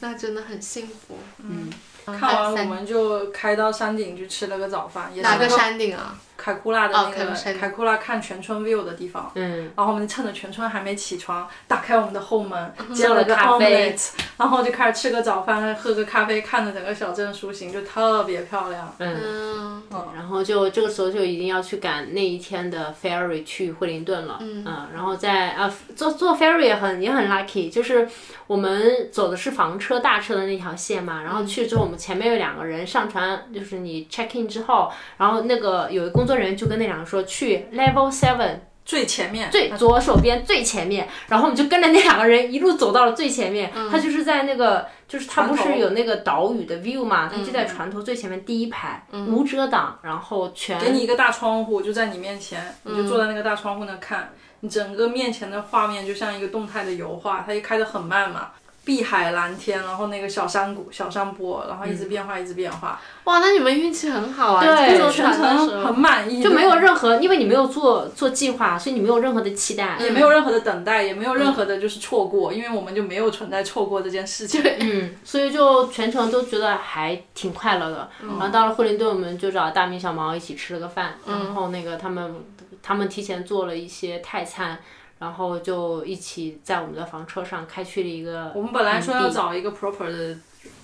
[SPEAKER 2] 那真的很幸福。嗯，
[SPEAKER 3] 看完
[SPEAKER 2] 那
[SPEAKER 3] 我
[SPEAKER 2] 三
[SPEAKER 3] 们就开到山顶去吃了个早饭，也是
[SPEAKER 2] 哪个
[SPEAKER 3] 那
[SPEAKER 2] 山顶啊？
[SPEAKER 3] 凯库拉的
[SPEAKER 2] 哦
[SPEAKER 3] 那
[SPEAKER 2] 凯
[SPEAKER 3] 个
[SPEAKER 2] 库山
[SPEAKER 3] 凯库拉看全村 view 的地方。
[SPEAKER 1] 嗯，
[SPEAKER 3] 然后我们趁着全村还没起床，打开我们的后门，
[SPEAKER 1] 做
[SPEAKER 3] 煎
[SPEAKER 1] 嗯了
[SPEAKER 3] 了个
[SPEAKER 1] 咖啡
[SPEAKER 3] omelette，然后就开始吃个早饭，喝个咖啡，看着整个小镇苏醒，就特别漂亮。
[SPEAKER 2] 嗯，
[SPEAKER 1] 然后就这个时候就一定要去赶那一天的 ferry 去惠灵顿了，嗯，然后在啊坐坐 ferry 也很也很 lucky，就是我们走的是房车大车的那条线嘛，然后去之后我们前面有两个人上船，就是你 check in 之后，然后那个有一工作人员就跟那两个说去 level seven
[SPEAKER 3] 最前 面，
[SPEAKER 1] 最左手边最前面，然后我们就跟着那两个人一路走到了最前面。他就是在那个，就是他不
[SPEAKER 3] 嗯船
[SPEAKER 1] 是
[SPEAKER 3] 头嗯
[SPEAKER 1] 有那个岛屿的 view 嘛，他就在船头最前面第一排，无遮挡，然后全
[SPEAKER 3] 给你一个大窗户，就在你面前，你就坐在那个大窗户那看，你整个面前的画面就像一个动态的油画，它就开得很慢嘛，碧海蓝天，然后那个小山谷、小山坡，然后一直变化，一直变化，
[SPEAKER 2] 哇，那你们运气很好啊！
[SPEAKER 1] 嗯对
[SPEAKER 2] 你坐
[SPEAKER 3] 全
[SPEAKER 2] 船的时
[SPEAKER 3] 程
[SPEAKER 2] 候
[SPEAKER 3] 很满意，
[SPEAKER 1] 就没有任何，因为你没有做做计划，所以你没有任何的期待。
[SPEAKER 3] 也没有任何的等待，也没有任何的就是错过，因为我们就没有存在错过这件事情。
[SPEAKER 1] 嗯，所以就全程都觉得还挺快乐的。
[SPEAKER 3] 嗯
[SPEAKER 1] 然后到了惠灵顿，我们就找大米小毛一起吃了个饭，
[SPEAKER 3] 嗯
[SPEAKER 1] 然后那个他们他们提前做了一些泰餐，然后就一起在我们的房车上开去了一个。
[SPEAKER 3] 我们本来说要找一个 proper 的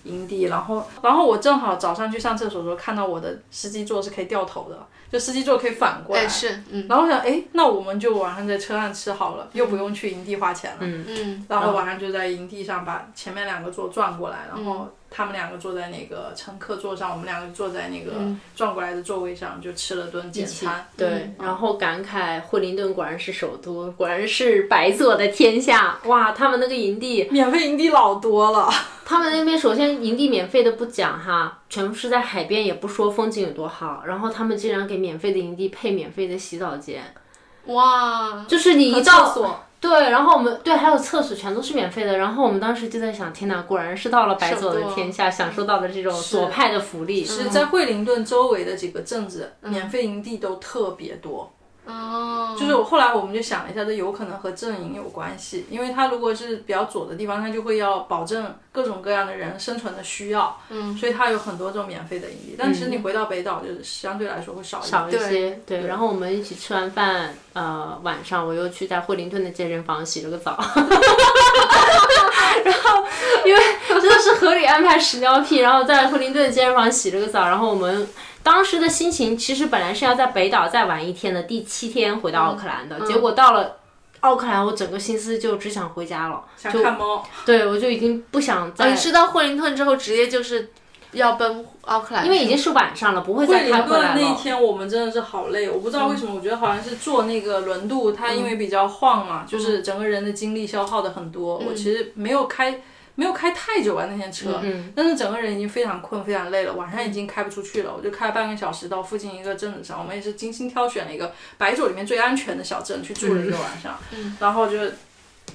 [SPEAKER 3] 营地，然后然后我正好早上去上厕所的时候看到我的司机座是可以掉头的，就司机座可以反过来。
[SPEAKER 2] 哎是，嗯
[SPEAKER 3] 然后我想，哎，那我们就晚上在车上吃好了，又不用去营地花钱了。
[SPEAKER 2] 嗯
[SPEAKER 3] 然后晚上就在营地上把前面两个座转过来，然
[SPEAKER 1] 嗯
[SPEAKER 3] 后他们两个坐在那个乘客座上，我们两个坐在那个转过来的座位上，就吃了顿简餐。
[SPEAKER 1] 嗯对，然后感慨惠灵顿果然是首都，果然是白左的天下。哇，他们那个营地，
[SPEAKER 3] 免费营地老多了，
[SPEAKER 1] 他们那边首先营地免费的不讲哈，全部是在海边，也不说风景有多好，然后他们竟然给免费的营地配免费的洗澡间，
[SPEAKER 2] 哇，
[SPEAKER 1] 就是你一
[SPEAKER 3] 厕
[SPEAKER 1] 到
[SPEAKER 3] 所
[SPEAKER 1] 对，然后我们对还有厕所全都是免费的，然后我们当时就在想，天哪，果然是到了白左的天下，享受到了这种左派的福利。
[SPEAKER 3] 是在惠灵顿周围的几个镇子，免费营地都特别多。
[SPEAKER 2] 哦，
[SPEAKER 3] 就是我后来我们就想了一下，这有可能和阵营有关系，因为它如果是比较左的地方，它就会要保证各种各样的人生存的需要，嗯，所以它有很多这种免费的营地。但其实你回到北岛，就是相对来说会少一点。
[SPEAKER 1] 少一些，对然后我们一起吃完饭，呃，晚上我又去在惠灵顿的健身房洗了个澡， 然后因为真的是合理安排屎尿屁，然后在惠灵顿的健身房洗了个澡，然后我们当时的心情其实本来是要在北岛再玩一天的，第七天回到奥克兰的，
[SPEAKER 3] 嗯
[SPEAKER 1] 结果到了奥克兰，我整个心思就只想回家了，
[SPEAKER 3] 想
[SPEAKER 1] 就
[SPEAKER 3] 看猫，
[SPEAKER 1] 对我就已经不
[SPEAKER 3] 哦
[SPEAKER 1] 想再
[SPEAKER 2] 你是到惠灵顿之后直接就是要奔奥克兰，
[SPEAKER 1] 因为已经是晚上了，不会再
[SPEAKER 3] 惠灵
[SPEAKER 1] 开回来
[SPEAKER 3] 顿那
[SPEAKER 1] 了。嗯
[SPEAKER 3] 天我们真的是好累，我不知道为什么，我觉得好像是坐那个轮渡，它因为比较晃嘛，就是
[SPEAKER 1] 嗯
[SPEAKER 3] 整个人的精力消耗的很多。我其实没有开。没有开太久啊，那天车，
[SPEAKER 1] 嗯
[SPEAKER 3] 但是整个人已经非常困、非常累了，晚上已经开不出去了，我就开了半个小时到附近一个镇子上，我们也是精心挑选了一个白酒里面最安全的小镇去住了
[SPEAKER 1] 嗯
[SPEAKER 3] 一个晚上，然后就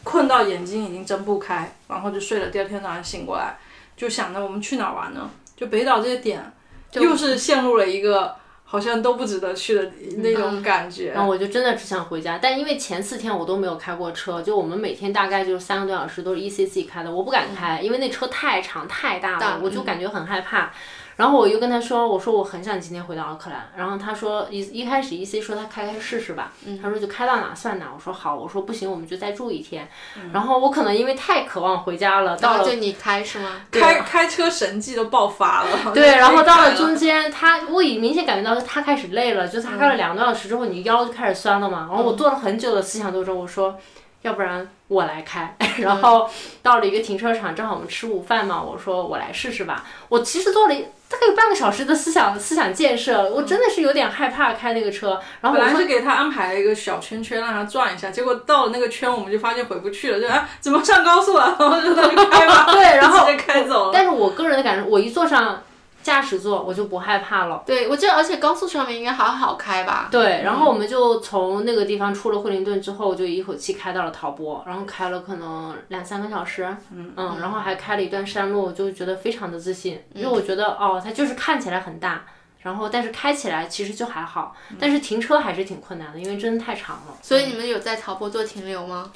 [SPEAKER 3] 困到眼睛已经睁不开，然后就睡了。第二天早上醒过来，就想着我们去哪儿玩呢？就北岛这些点，又是陷入了一个好像都不值得去的那种感觉。
[SPEAKER 1] 然后我就真的只想回家，但因为前四天我都没有开过车，就我们每天大概就是三个多小时都是 ECC 开的，我不敢开，因为那车太长太大了，我就感觉很害怕。然后我又跟他说，我说我很想今天回到奥克兰。然后他说一一开始 E C 说他开开试试吧，
[SPEAKER 2] 嗯
[SPEAKER 1] 他说就开到哪算哪。我说好，我说不行我们就再住一天。然后我可能因为太渴望回家了，
[SPEAKER 2] 然
[SPEAKER 1] 到
[SPEAKER 2] 后
[SPEAKER 1] 了
[SPEAKER 2] 就你开是吗？
[SPEAKER 3] 开开车神技都爆发了。
[SPEAKER 1] 对，然后到了
[SPEAKER 3] 就
[SPEAKER 1] 中间，他我已明显感觉到他开始累了，就是他
[SPEAKER 3] 嗯
[SPEAKER 1] 开了两个多小时之后，你腰就开始酸了嘛。然后我做了很久的思想斗争，我说，要不然我来开。
[SPEAKER 3] 嗯
[SPEAKER 1] 然后到了一个停车场，正好我们吃午饭嘛，我说我来试试吧。我其实做了一大概有半个小时的思想思想建设，我真的是有点害怕开那个车。然后
[SPEAKER 3] 本
[SPEAKER 1] 我
[SPEAKER 3] 来
[SPEAKER 1] 说
[SPEAKER 3] 是给他安排了一个小圈圈让他转一下，结果到了那个圈我们就发现回不去了，就啊 怎么上高速了？然后就他就开吧，
[SPEAKER 1] 对，然后
[SPEAKER 3] 直接开走了。
[SPEAKER 1] 但是我个人的感受，我一坐上驾驶座，我就不害怕了。
[SPEAKER 2] 对，我记得，而且高速上面应该还好开吧？
[SPEAKER 1] 对，然后我们就从那个地方出了惠灵顿之后，就一口气开到了陶波，然后开了可能两三个小时，嗯然后还开了一段山路，就觉得非常的自信，因为我觉得哦，它就是看起来很大，然后但是开起来其实就还好，但是停车还是挺困难的，因为真的太长了，嗯
[SPEAKER 2] 所以你们有在陶波做停留吗？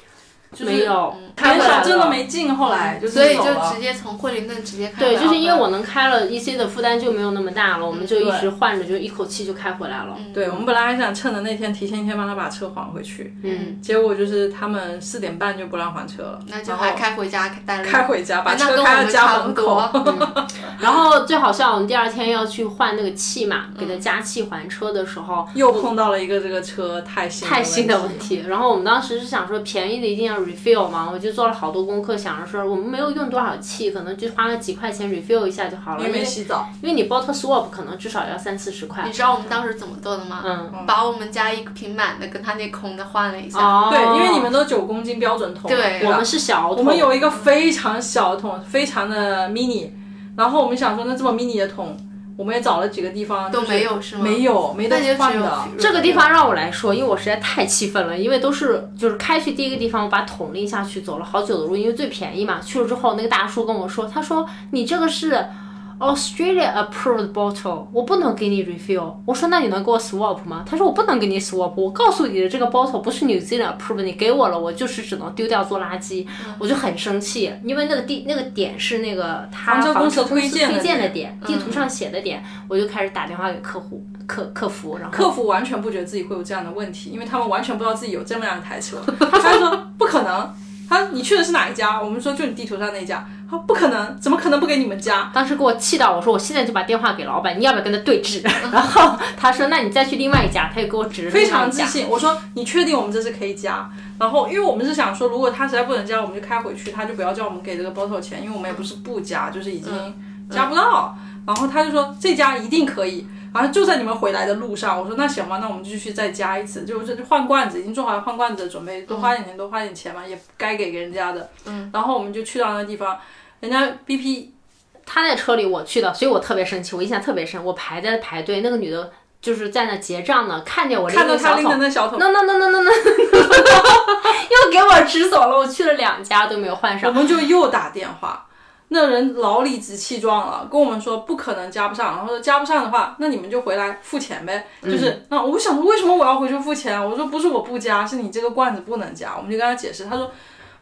[SPEAKER 3] 就是
[SPEAKER 1] 没有开
[SPEAKER 3] 很
[SPEAKER 1] 回来
[SPEAKER 3] 少
[SPEAKER 1] 了，
[SPEAKER 3] 真的没进，后来就
[SPEAKER 2] 所以
[SPEAKER 3] 是啊走
[SPEAKER 2] 就
[SPEAKER 3] 了
[SPEAKER 2] 直。接从惠灵顿直接开。
[SPEAKER 1] 对，就是因为我能开了，EC 的负担就没有那么大了，我们就一
[SPEAKER 3] 对嗯
[SPEAKER 1] 直换着，就一口气就开回来了。
[SPEAKER 2] 嗯
[SPEAKER 3] 对我们本来还想趁着那天提前一天帮他把车还回去，
[SPEAKER 1] 嗯，
[SPEAKER 3] 结果就是他们四点半就不让还车了，
[SPEAKER 2] 那就还
[SPEAKER 3] 然后
[SPEAKER 2] 开回家待了一会儿。
[SPEAKER 3] 开回家，把
[SPEAKER 2] 哎那
[SPEAKER 3] 车
[SPEAKER 2] 跟我
[SPEAKER 3] 开到
[SPEAKER 2] 们
[SPEAKER 3] 家
[SPEAKER 2] 差不
[SPEAKER 3] 门口。
[SPEAKER 2] 多。
[SPEAKER 1] 然后最好笑，我们第二天要去换那个气嘛，给它加气还车的时候，
[SPEAKER 3] 又碰到了一个这个车太新
[SPEAKER 1] 太新的问
[SPEAKER 3] 题，
[SPEAKER 1] 题。 然后我们当时是想说便宜的一定要 refill 嘛，我就做了好多功课，想着说我们没有用多少气，可能就花了几块钱 refill 一下就好了。
[SPEAKER 3] 因
[SPEAKER 1] 因
[SPEAKER 3] 为
[SPEAKER 1] 为
[SPEAKER 3] 洗澡，
[SPEAKER 1] 因为你 bottle swap 可能至少要三四十块。
[SPEAKER 2] 你知道我们当时怎么做的
[SPEAKER 3] 啊
[SPEAKER 2] 吗？
[SPEAKER 1] 嗯，
[SPEAKER 2] 把我们家一瓶满的跟他那空的换了一下。
[SPEAKER 1] 哦，
[SPEAKER 3] 对，因为你们都九公斤标准桶，
[SPEAKER 2] 对
[SPEAKER 3] 吧
[SPEAKER 1] 我们是小桶，
[SPEAKER 3] 我们有一个非常小的桶，非常的 mini，然后我们想说，那这么 mini 的桶，我们也找了几个地方
[SPEAKER 2] 都
[SPEAKER 3] 就是
[SPEAKER 2] 没有是吗
[SPEAKER 3] 没有，没得
[SPEAKER 2] 那就只有
[SPEAKER 3] 换的。
[SPEAKER 2] Fury
[SPEAKER 1] 这个地方让我来说，因为我实在太气愤了，因为都是就是开去第一个地方，我把桶拎下去，走了好久的路，因为最便宜嘛。去了之后，那个大叔跟我说，他说你这个是 Australia approved bottle，我不能给你 refill。我说那你能给我 swap 吗？他说我不能给你 swap，我告诉你的这个 bottle 不是 New Zealand approved，你给我了，我就是只能丢掉做垃圾。我就很生气，因为那个地那个点是那个他
[SPEAKER 3] 房车公
[SPEAKER 1] 房
[SPEAKER 3] 司
[SPEAKER 1] 车公
[SPEAKER 3] 推
[SPEAKER 1] 司
[SPEAKER 3] 荐的
[SPEAKER 1] 推荐的点，地图上写的点，我就开始打电话给客户客客服，然后
[SPEAKER 3] 客 服完全不觉得自己会有这样的问题，因为他们完全不知道自己有这么样一台车。他说不可能，他你去的是哪一家？我们说就你地图上那一家。他说不可能，怎么可能不给你们家？
[SPEAKER 1] 当时给我气到，我说我现在就把电话给老板，你要不要跟他对峙？然后他说那你再去另外一家，他又给我指了
[SPEAKER 3] 非
[SPEAKER 1] 另外
[SPEAKER 3] 常
[SPEAKER 1] 一
[SPEAKER 3] 自
[SPEAKER 1] 家。
[SPEAKER 3] 信。我说你确定我们这是 K 加？然后因为我们是想说，如果他实在不能加，我们就开回去，他就不要叫我们给这个 bottle 钱，因为我们也不是不加，就是已经
[SPEAKER 1] 嗯
[SPEAKER 3] 加不到。然后他就说这家一定可以。然后就在你们回来的路上，我说那行吧，那我们继续再加一次，就是换罐子，已经做好了换罐子的准备，多花点钱，多花点钱嘛，也该给给人家的。嗯。然后我们就去到那个地方，人家 BP
[SPEAKER 1] 他在车里，我去的，所以我特别生气，我印象特别深。我排在排队，那个女的就是在那结账呢，看见我拎
[SPEAKER 3] 看到
[SPEAKER 1] 个
[SPEAKER 3] 他
[SPEAKER 1] 小
[SPEAKER 3] 拎
[SPEAKER 1] 桶
[SPEAKER 3] 的那小桶，
[SPEAKER 1] ，no no no no no no，又给我指走了。我去了两家都没有换上。
[SPEAKER 3] 我们就又打电话，那人老理直气壮了，跟我们说不可能加不上，然后说加不上的话，那你们就回来付钱呗。
[SPEAKER 1] 嗯
[SPEAKER 3] 就是那我想说，为什么我要回去付钱啊？我说不是我不加，是你这个罐子不能加。我们就跟他解释，他说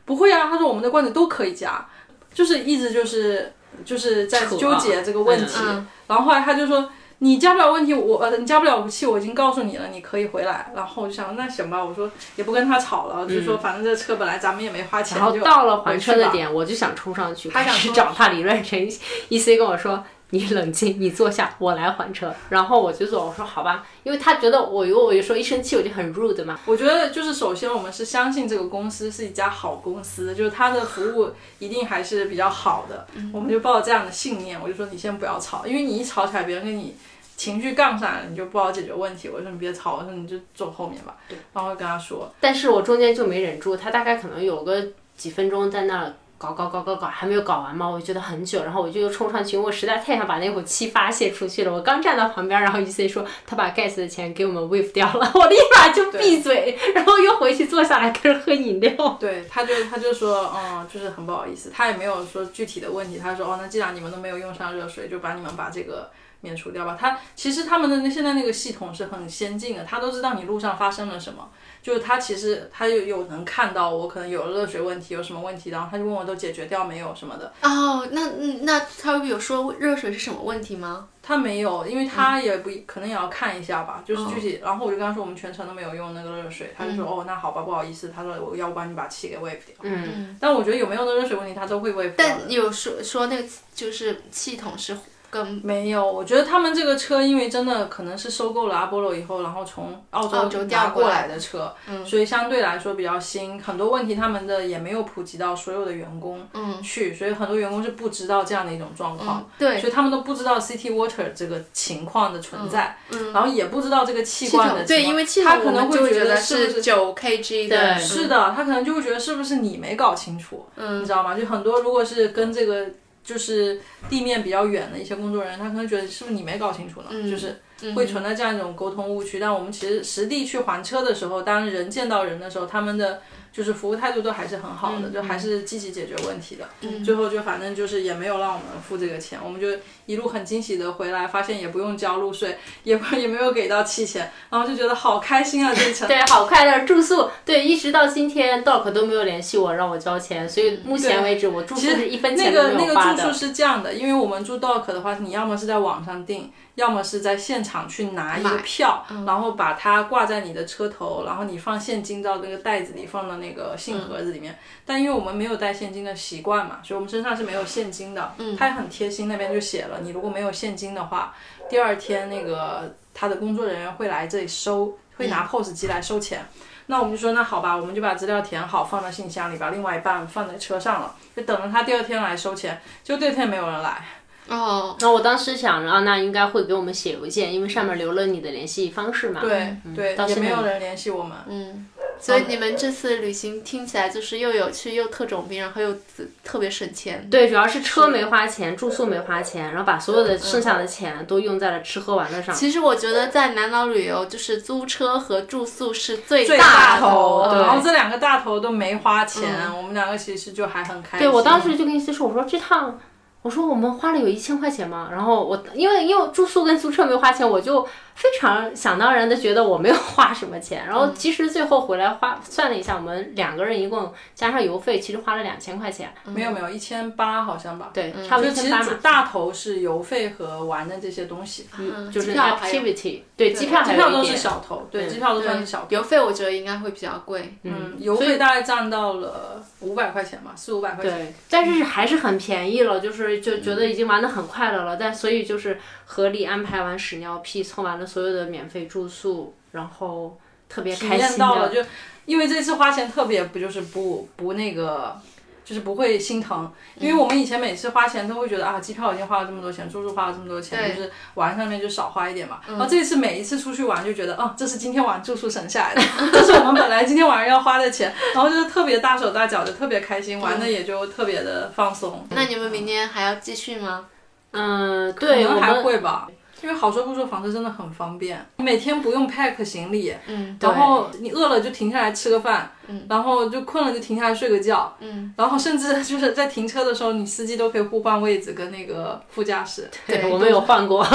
[SPEAKER 3] 不会啊，他说我们的罐子都可以加，就是一直就是就是在
[SPEAKER 1] 扯啊
[SPEAKER 3] 纠结这个问题。
[SPEAKER 2] 嗯
[SPEAKER 3] 然后后来他就说。你加不了问题，我呃，你加不了武器，我已经告诉你了，你可以回来。然后我就想，那行吧，我说也不跟他吵了，就说反正这车本来咱们也没花
[SPEAKER 1] 嗯
[SPEAKER 3] 钱，
[SPEAKER 1] 然后
[SPEAKER 3] 就
[SPEAKER 1] 到了还车
[SPEAKER 3] 回去
[SPEAKER 1] 的
[SPEAKER 3] 吧
[SPEAKER 1] 点，我就想冲上去，
[SPEAKER 3] 他
[SPEAKER 1] 开
[SPEAKER 3] 想
[SPEAKER 1] 始
[SPEAKER 3] 冲
[SPEAKER 1] 找他理论。陈一 C 跟我说：“你冷静，你坐下，我来还车。”然后我就坐，我说：“好吧。”因为他觉得我，我有时候一生气我就很 rude 嘛。
[SPEAKER 3] 我觉得就是首先我们是相信这个公司是一家好公司，就是它的服务一定还是比较好的，我们就抱着这样的信念，我就说你先不要吵，因为你一吵起来，别人跟你情绪杠上来了，你就不好解决问题。我说你别吵，我说你就坐后面吧，然后跟他说，
[SPEAKER 1] 但是我中间就没忍住，他大概可能有个几分钟在那儿搞搞搞搞搞，还没有搞完嘛，我就觉得很久，然后我就又冲上去，因为我实在太想把那口气发泄出去了。我刚站到旁边，然后 E C 说他把 Gas 的钱给我们 wave 掉了， 我立马就闭嘴，然后又回去坐下来开始喝饮料。
[SPEAKER 3] 对，他就他就说，嗯，就是很不好意思，他也没有说具体的问题，他说，哦，那既然你们都没有用上热水，就把你们把这个。免除掉吧。他其实他们的那现在那个系统是很先进的，他都知道你路上发生了什么。就是他其实他有有能看到我可能有热水问题，有什么问题，然后他就问我都解决掉没有什么的。
[SPEAKER 2] 哦，那嗯那他有说热水是什么问题吗？
[SPEAKER 3] 他没有，因为他也不、可能也要看一下吧，就是具体。然后我就跟他说我们全程都没有用那个热水，他就说、哦那好吧，不好意思，他说我要不然你把气给 wave 掉。嗯，但我觉得有没有那热水问题他都会 wave 掉的。
[SPEAKER 2] 但有说说那个就是系统是跟
[SPEAKER 3] 没有，我觉得他们这个车，因为真的可能是收购了阿波罗以后，然后从澳
[SPEAKER 2] 澳
[SPEAKER 3] 洲
[SPEAKER 2] 洲
[SPEAKER 3] 拿
[SPEAKER 2] 调
[SPEAKER 3] 过
[SPEAKER 2] 过来嗯
[SPEAKER 3] 来的车，所以相对来说比较新，很多问题他们的也没有普及到所有的员工去，所以很多员工是不知道这样的一种状况，
[SPEAKER 2] 嗯对
[SPEAKER 3] 所以他们都不知道 City Water 这个情况的存在，然后也不知道这个气
[SPEAKER 2] 嗯系
[SPEAKER 3] 罐的
[SPEAKER 2] 统，对，
[SPEAKER 3] 情况
[SPEAKER 2] 因为嗯系
[SPEAKER 3] 他
[SPEAKER 2] 统
[SPEAKER 3] 可
[SPEAKER 2] 我
[SPEAKER 3] 能
[SPEAKER 2] 们就
[SPEAKER 3] 会觉
[SPEAKER 2] 得
[SPEAKER 3] 是不是
[SPEAKER 2] 九 kg 的，
[SPEAKER 1] 对
[SPEAKER 3] 是的，他可能就会觉得是不是你没搞清楚，
[SPEAKER 2] 嗯
[SPEAKER 3] 你知道吗？就很多如果是跟这个就是地面比较远的一些工作人员，他可能觉得是不是你没搞清楚呢？
[SPEAKER 2] 嗯
[SPEAKER 3] 就是
[SPEAKER 1] 嗯
[SPEAKER 3] 会存在这样一种沟通误区。但我们其实实地去还车的时候，当人见到人的时候，他们的就是服务态度都还是很好
[SPEAKER 1] 嗯
[SPEAKER 3] 的，就还是积极解决问题的。最后就反正就是也没有让我们付这个钱，我们就一路很惊喜的回来，发现也不用交路税，也不也没有给到气钱，然后就觉得好开心啊！这一程。
[SPEAKER 1] 对，好快乐住宿，对，一直到今天 Doc 都没有联系我让我交钱，所以目前为止我住宿是一分
[SPEAKER 3] 那
[SPEAKER 1] 钱都
[SPEAKER 3] 个
[SPEAKER 1] 没
[SPEAKER 3] 那
[SPEAKER 1] 有
[SPEAKER 3] 个
[SPEAKER 1] 花
[SPEAKER 3] 住宿
[SPEAKER 1] 的。
[SPEAKER 3] 是这样的，因为我们住 dock 的话，你要么是在网上订，要么是在现场去拿一个票，
[SPEAKER 1] 嗯
[SPEAKER 3] 然后把它挂在你的车头，然后你放现金到那个袋子里，放到那个
[SPEAKER 1] 嗯
[SPEAKER 3] 信盒子里面。但因为我们没有带现金的习惯嘛，所以我们身上是没有现金的。嗯，他也很贴心，那边就写了，你如果没有现金的话，第二天那个他的工作人员会来这里收，会
[SPEAKER 1] 嗯
[SPEAKER 3] 拿 POS 机来收钱。那我们就说那好吧，我们就把资料填好，放到信箱里，把另外一半放在车上了，就等着他第二天来收钱。就第二天没有人来，
[SPEAKER 2] 哦，
[SPEAKER 1] 那我当时想着啊，那应该会给我们写邮件，因为上面留了你的联系方式嘛。
[SPEAKER 3] 对、对
[SPEAKER 1] 嗯到，
[SPEAKER 3] 也
[SPEAKER 1] 现
[SPEAKER 3] 没
[SPEAKER 1] 在
[SPEAKER 3] 有人联系我们。
[SPEAKER 2] 嗯，所以你们这次旅行听起来就是又有趣又特种兵，然后又自特别省钱。
[SPEAKER 1] 对，主要是车没花钱，住宿没花钱，然后把所有
[SPEAKER 3] 嗯
[SPEAKER 1] 的剩下的钱都用在了吃喝玩乐上。
[SPEAKER 2] 其实我觉得在南岛旅游，就是租车和住宿是最
[SPEAKER 3] 最
[SPEAKER 2] 大
[SPEAKER 3] 头，
[SPEAKER 2] 的呃
[SPEAKER 1] 对嗯
[SPEAKER 3] 然后这两个大头都没花钱，我们两个其实就还很开心。
[SPEAKER 1] 对我当时就跟 C 说，我说这趟，我说我们花了有一千块钱嘛，然后我因为因为住宿跟租车没花钱，我就非常想当然的觉得我没有花什么钱，然后其实最后回来花算了一下，我们两个人一共加上邮费，其实花了两千块钱，
[SPEAKER 3] 没有没有，一千八好像吧。
[SPEAKER 1] 对，
[SPEAKER 2] 嗯
[SPEAKER 1] 差不多
[SPEAKER 3] 就
[SPEAKER 1] 一
[SPEAKER 3] 其
[SPEAKER 1] 千
[SPEAKER 3] 实
[SPEAKER 1] 八
[SPEAKER 3] 主
[SPEAKER 1] 嘛，
[SPEAKER 3] 大头是邮费和玩的这些东西，
[SPEAKER 2] 嗯，
[SPEAKER 1] 就是
[SPEAKER 2] 机票还有
[SPEAKER 1] activity，对，机票
[SPEAKER 3] 机
[SPEAKER 1] 还
[SPEAKER 3] 票
[SPEAKER 1] 有
[SPEAKER 3] 都
[SPEAKER 1] 一
[SPEAKER 3] 是
[SPEAKER 1] 点，
[SPEAKER 3] 小头，对，
[SPEAKER 1] 嗯
[SPEAKER 3] 机票都算是小
[SPEAKER 2] 对
[SPEAKER 3] 头。
[SPEAKER 2] 邮费，我觉得应该会比较贵。
[SPEAKER 3] 嗯，邮
[SPEAKER 1] 所
[SPEAKER 3] 费
[SPEAKER 1] 以
[SPEAKER 3] 大概占到了五百块钱吧，四五百块钱。
[SPEAKER 1] 对，但是还是很便宜了，就是就觉得已经玩的很快乐了，但所以就是合理安排完屎尿屁，蹭完了所有的免费住宿，然后特别
[SPEAKER 3] 体
[SPEAKER 1] 开
[SPEAKER 3] 验
[SPEAKER 1] 心
[SPEAKER 3] 到了，
[SPEAKER 1] 的，
[SPEAKER 3] 就因为这次花钱特别不就是不不那个。就是不会心疼，
[SPEAKER 1] 嗯
[SPEAKER 3] 因为我们以前每次花钱都会觉得啊，机票已经花了这么多钱，住宿花了这么多钱，
[SPEAKER 2] 对
[SPEAKER 3] 就是玩上面就少花一点嘛。然
[SPEAKER 1] 嗯
[SPEAKER 3] 后这次每一次出去玩就觉得，啊，这是今天晚住宿省下来的，这是我们本来今天晚上要花的钱，然后就是特别大手大脚的，特别开心，玩的也就特别的放松。
[SPEAKER 2] 那你们明年还要继续吗？
[SPEAKER 1] 嗯，
[SPEAKER 3] 可
[SPEAKER 1] 对，我
[SPEAKER 3] 能还
[SPEAKER 1] 们
[SPEAKER 3] 会吧，因为好说不说，房车真的很方便，每天不用 pack 行李，
[SPEAKER 2] 嗯，
[SPEAKER 1] 对
[SPEAKER 3] 然后你饿了就停下来吃个饭，然后就困了就停下来睡个觉，
[SPEAKER 2] 嗯，
[SPEAKER 3] 然后甚至就是在停车的时候，你司机都可以互换位置跟那个副 驾驶。
[SPEAKER 1] 对，
[SPEAKER 2] 对
[SPEAKER 1] 我们有换 过，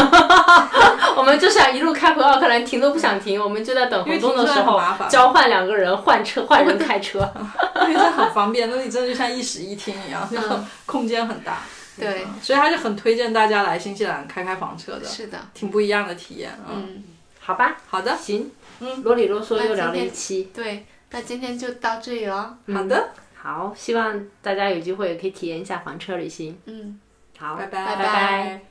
[SPEAKER 1] 我们就想一路开回奥克兰，停都不想停，我们就在等
[SPEAKER 3] 因为
[SPEAKER 1] 活动的
[SPEAKER 3] 停车
[SPEAKER 1] 时
[SPEAKER 3] 很
[SPEAKER 1] 候
[SPEAKER 3] 麻烦
[SPEAKER 1] 交换两个人换车，换人开车。
[SPEAKER 3] 因为这很方便，那里真的就像一室一厅一样，就空间很大。
[SPEAKER 2] 嗯对，
[SPEAKER 3] 所以还是很推荐大家来新西兰开开房车的，
[SPEAKER 2] 是的，
[SPEAKER 3] 挺不一样的体验啊。
[SPEAKER 2] 嗯，
[SPEAKER 1] 好吧，
[SPEAKER 3] 好的，
[SPEAKER 1] 行，嗯，啰里啰嗦又聊了一期，嗯
[SPEAKER 2] 对，那今天就到这里了。
[SPEAKER 3] 好的，
[SPEAKER 1] 好，希望大家有机会也可以体验一下房车旅行。
[SPEAKER 2] 嗯。
[SPEAKER 1] 好，
[SPEAKER 3] 拜拜
[SPEAKER 1] 拜拜
[SPEAKER 2] 拜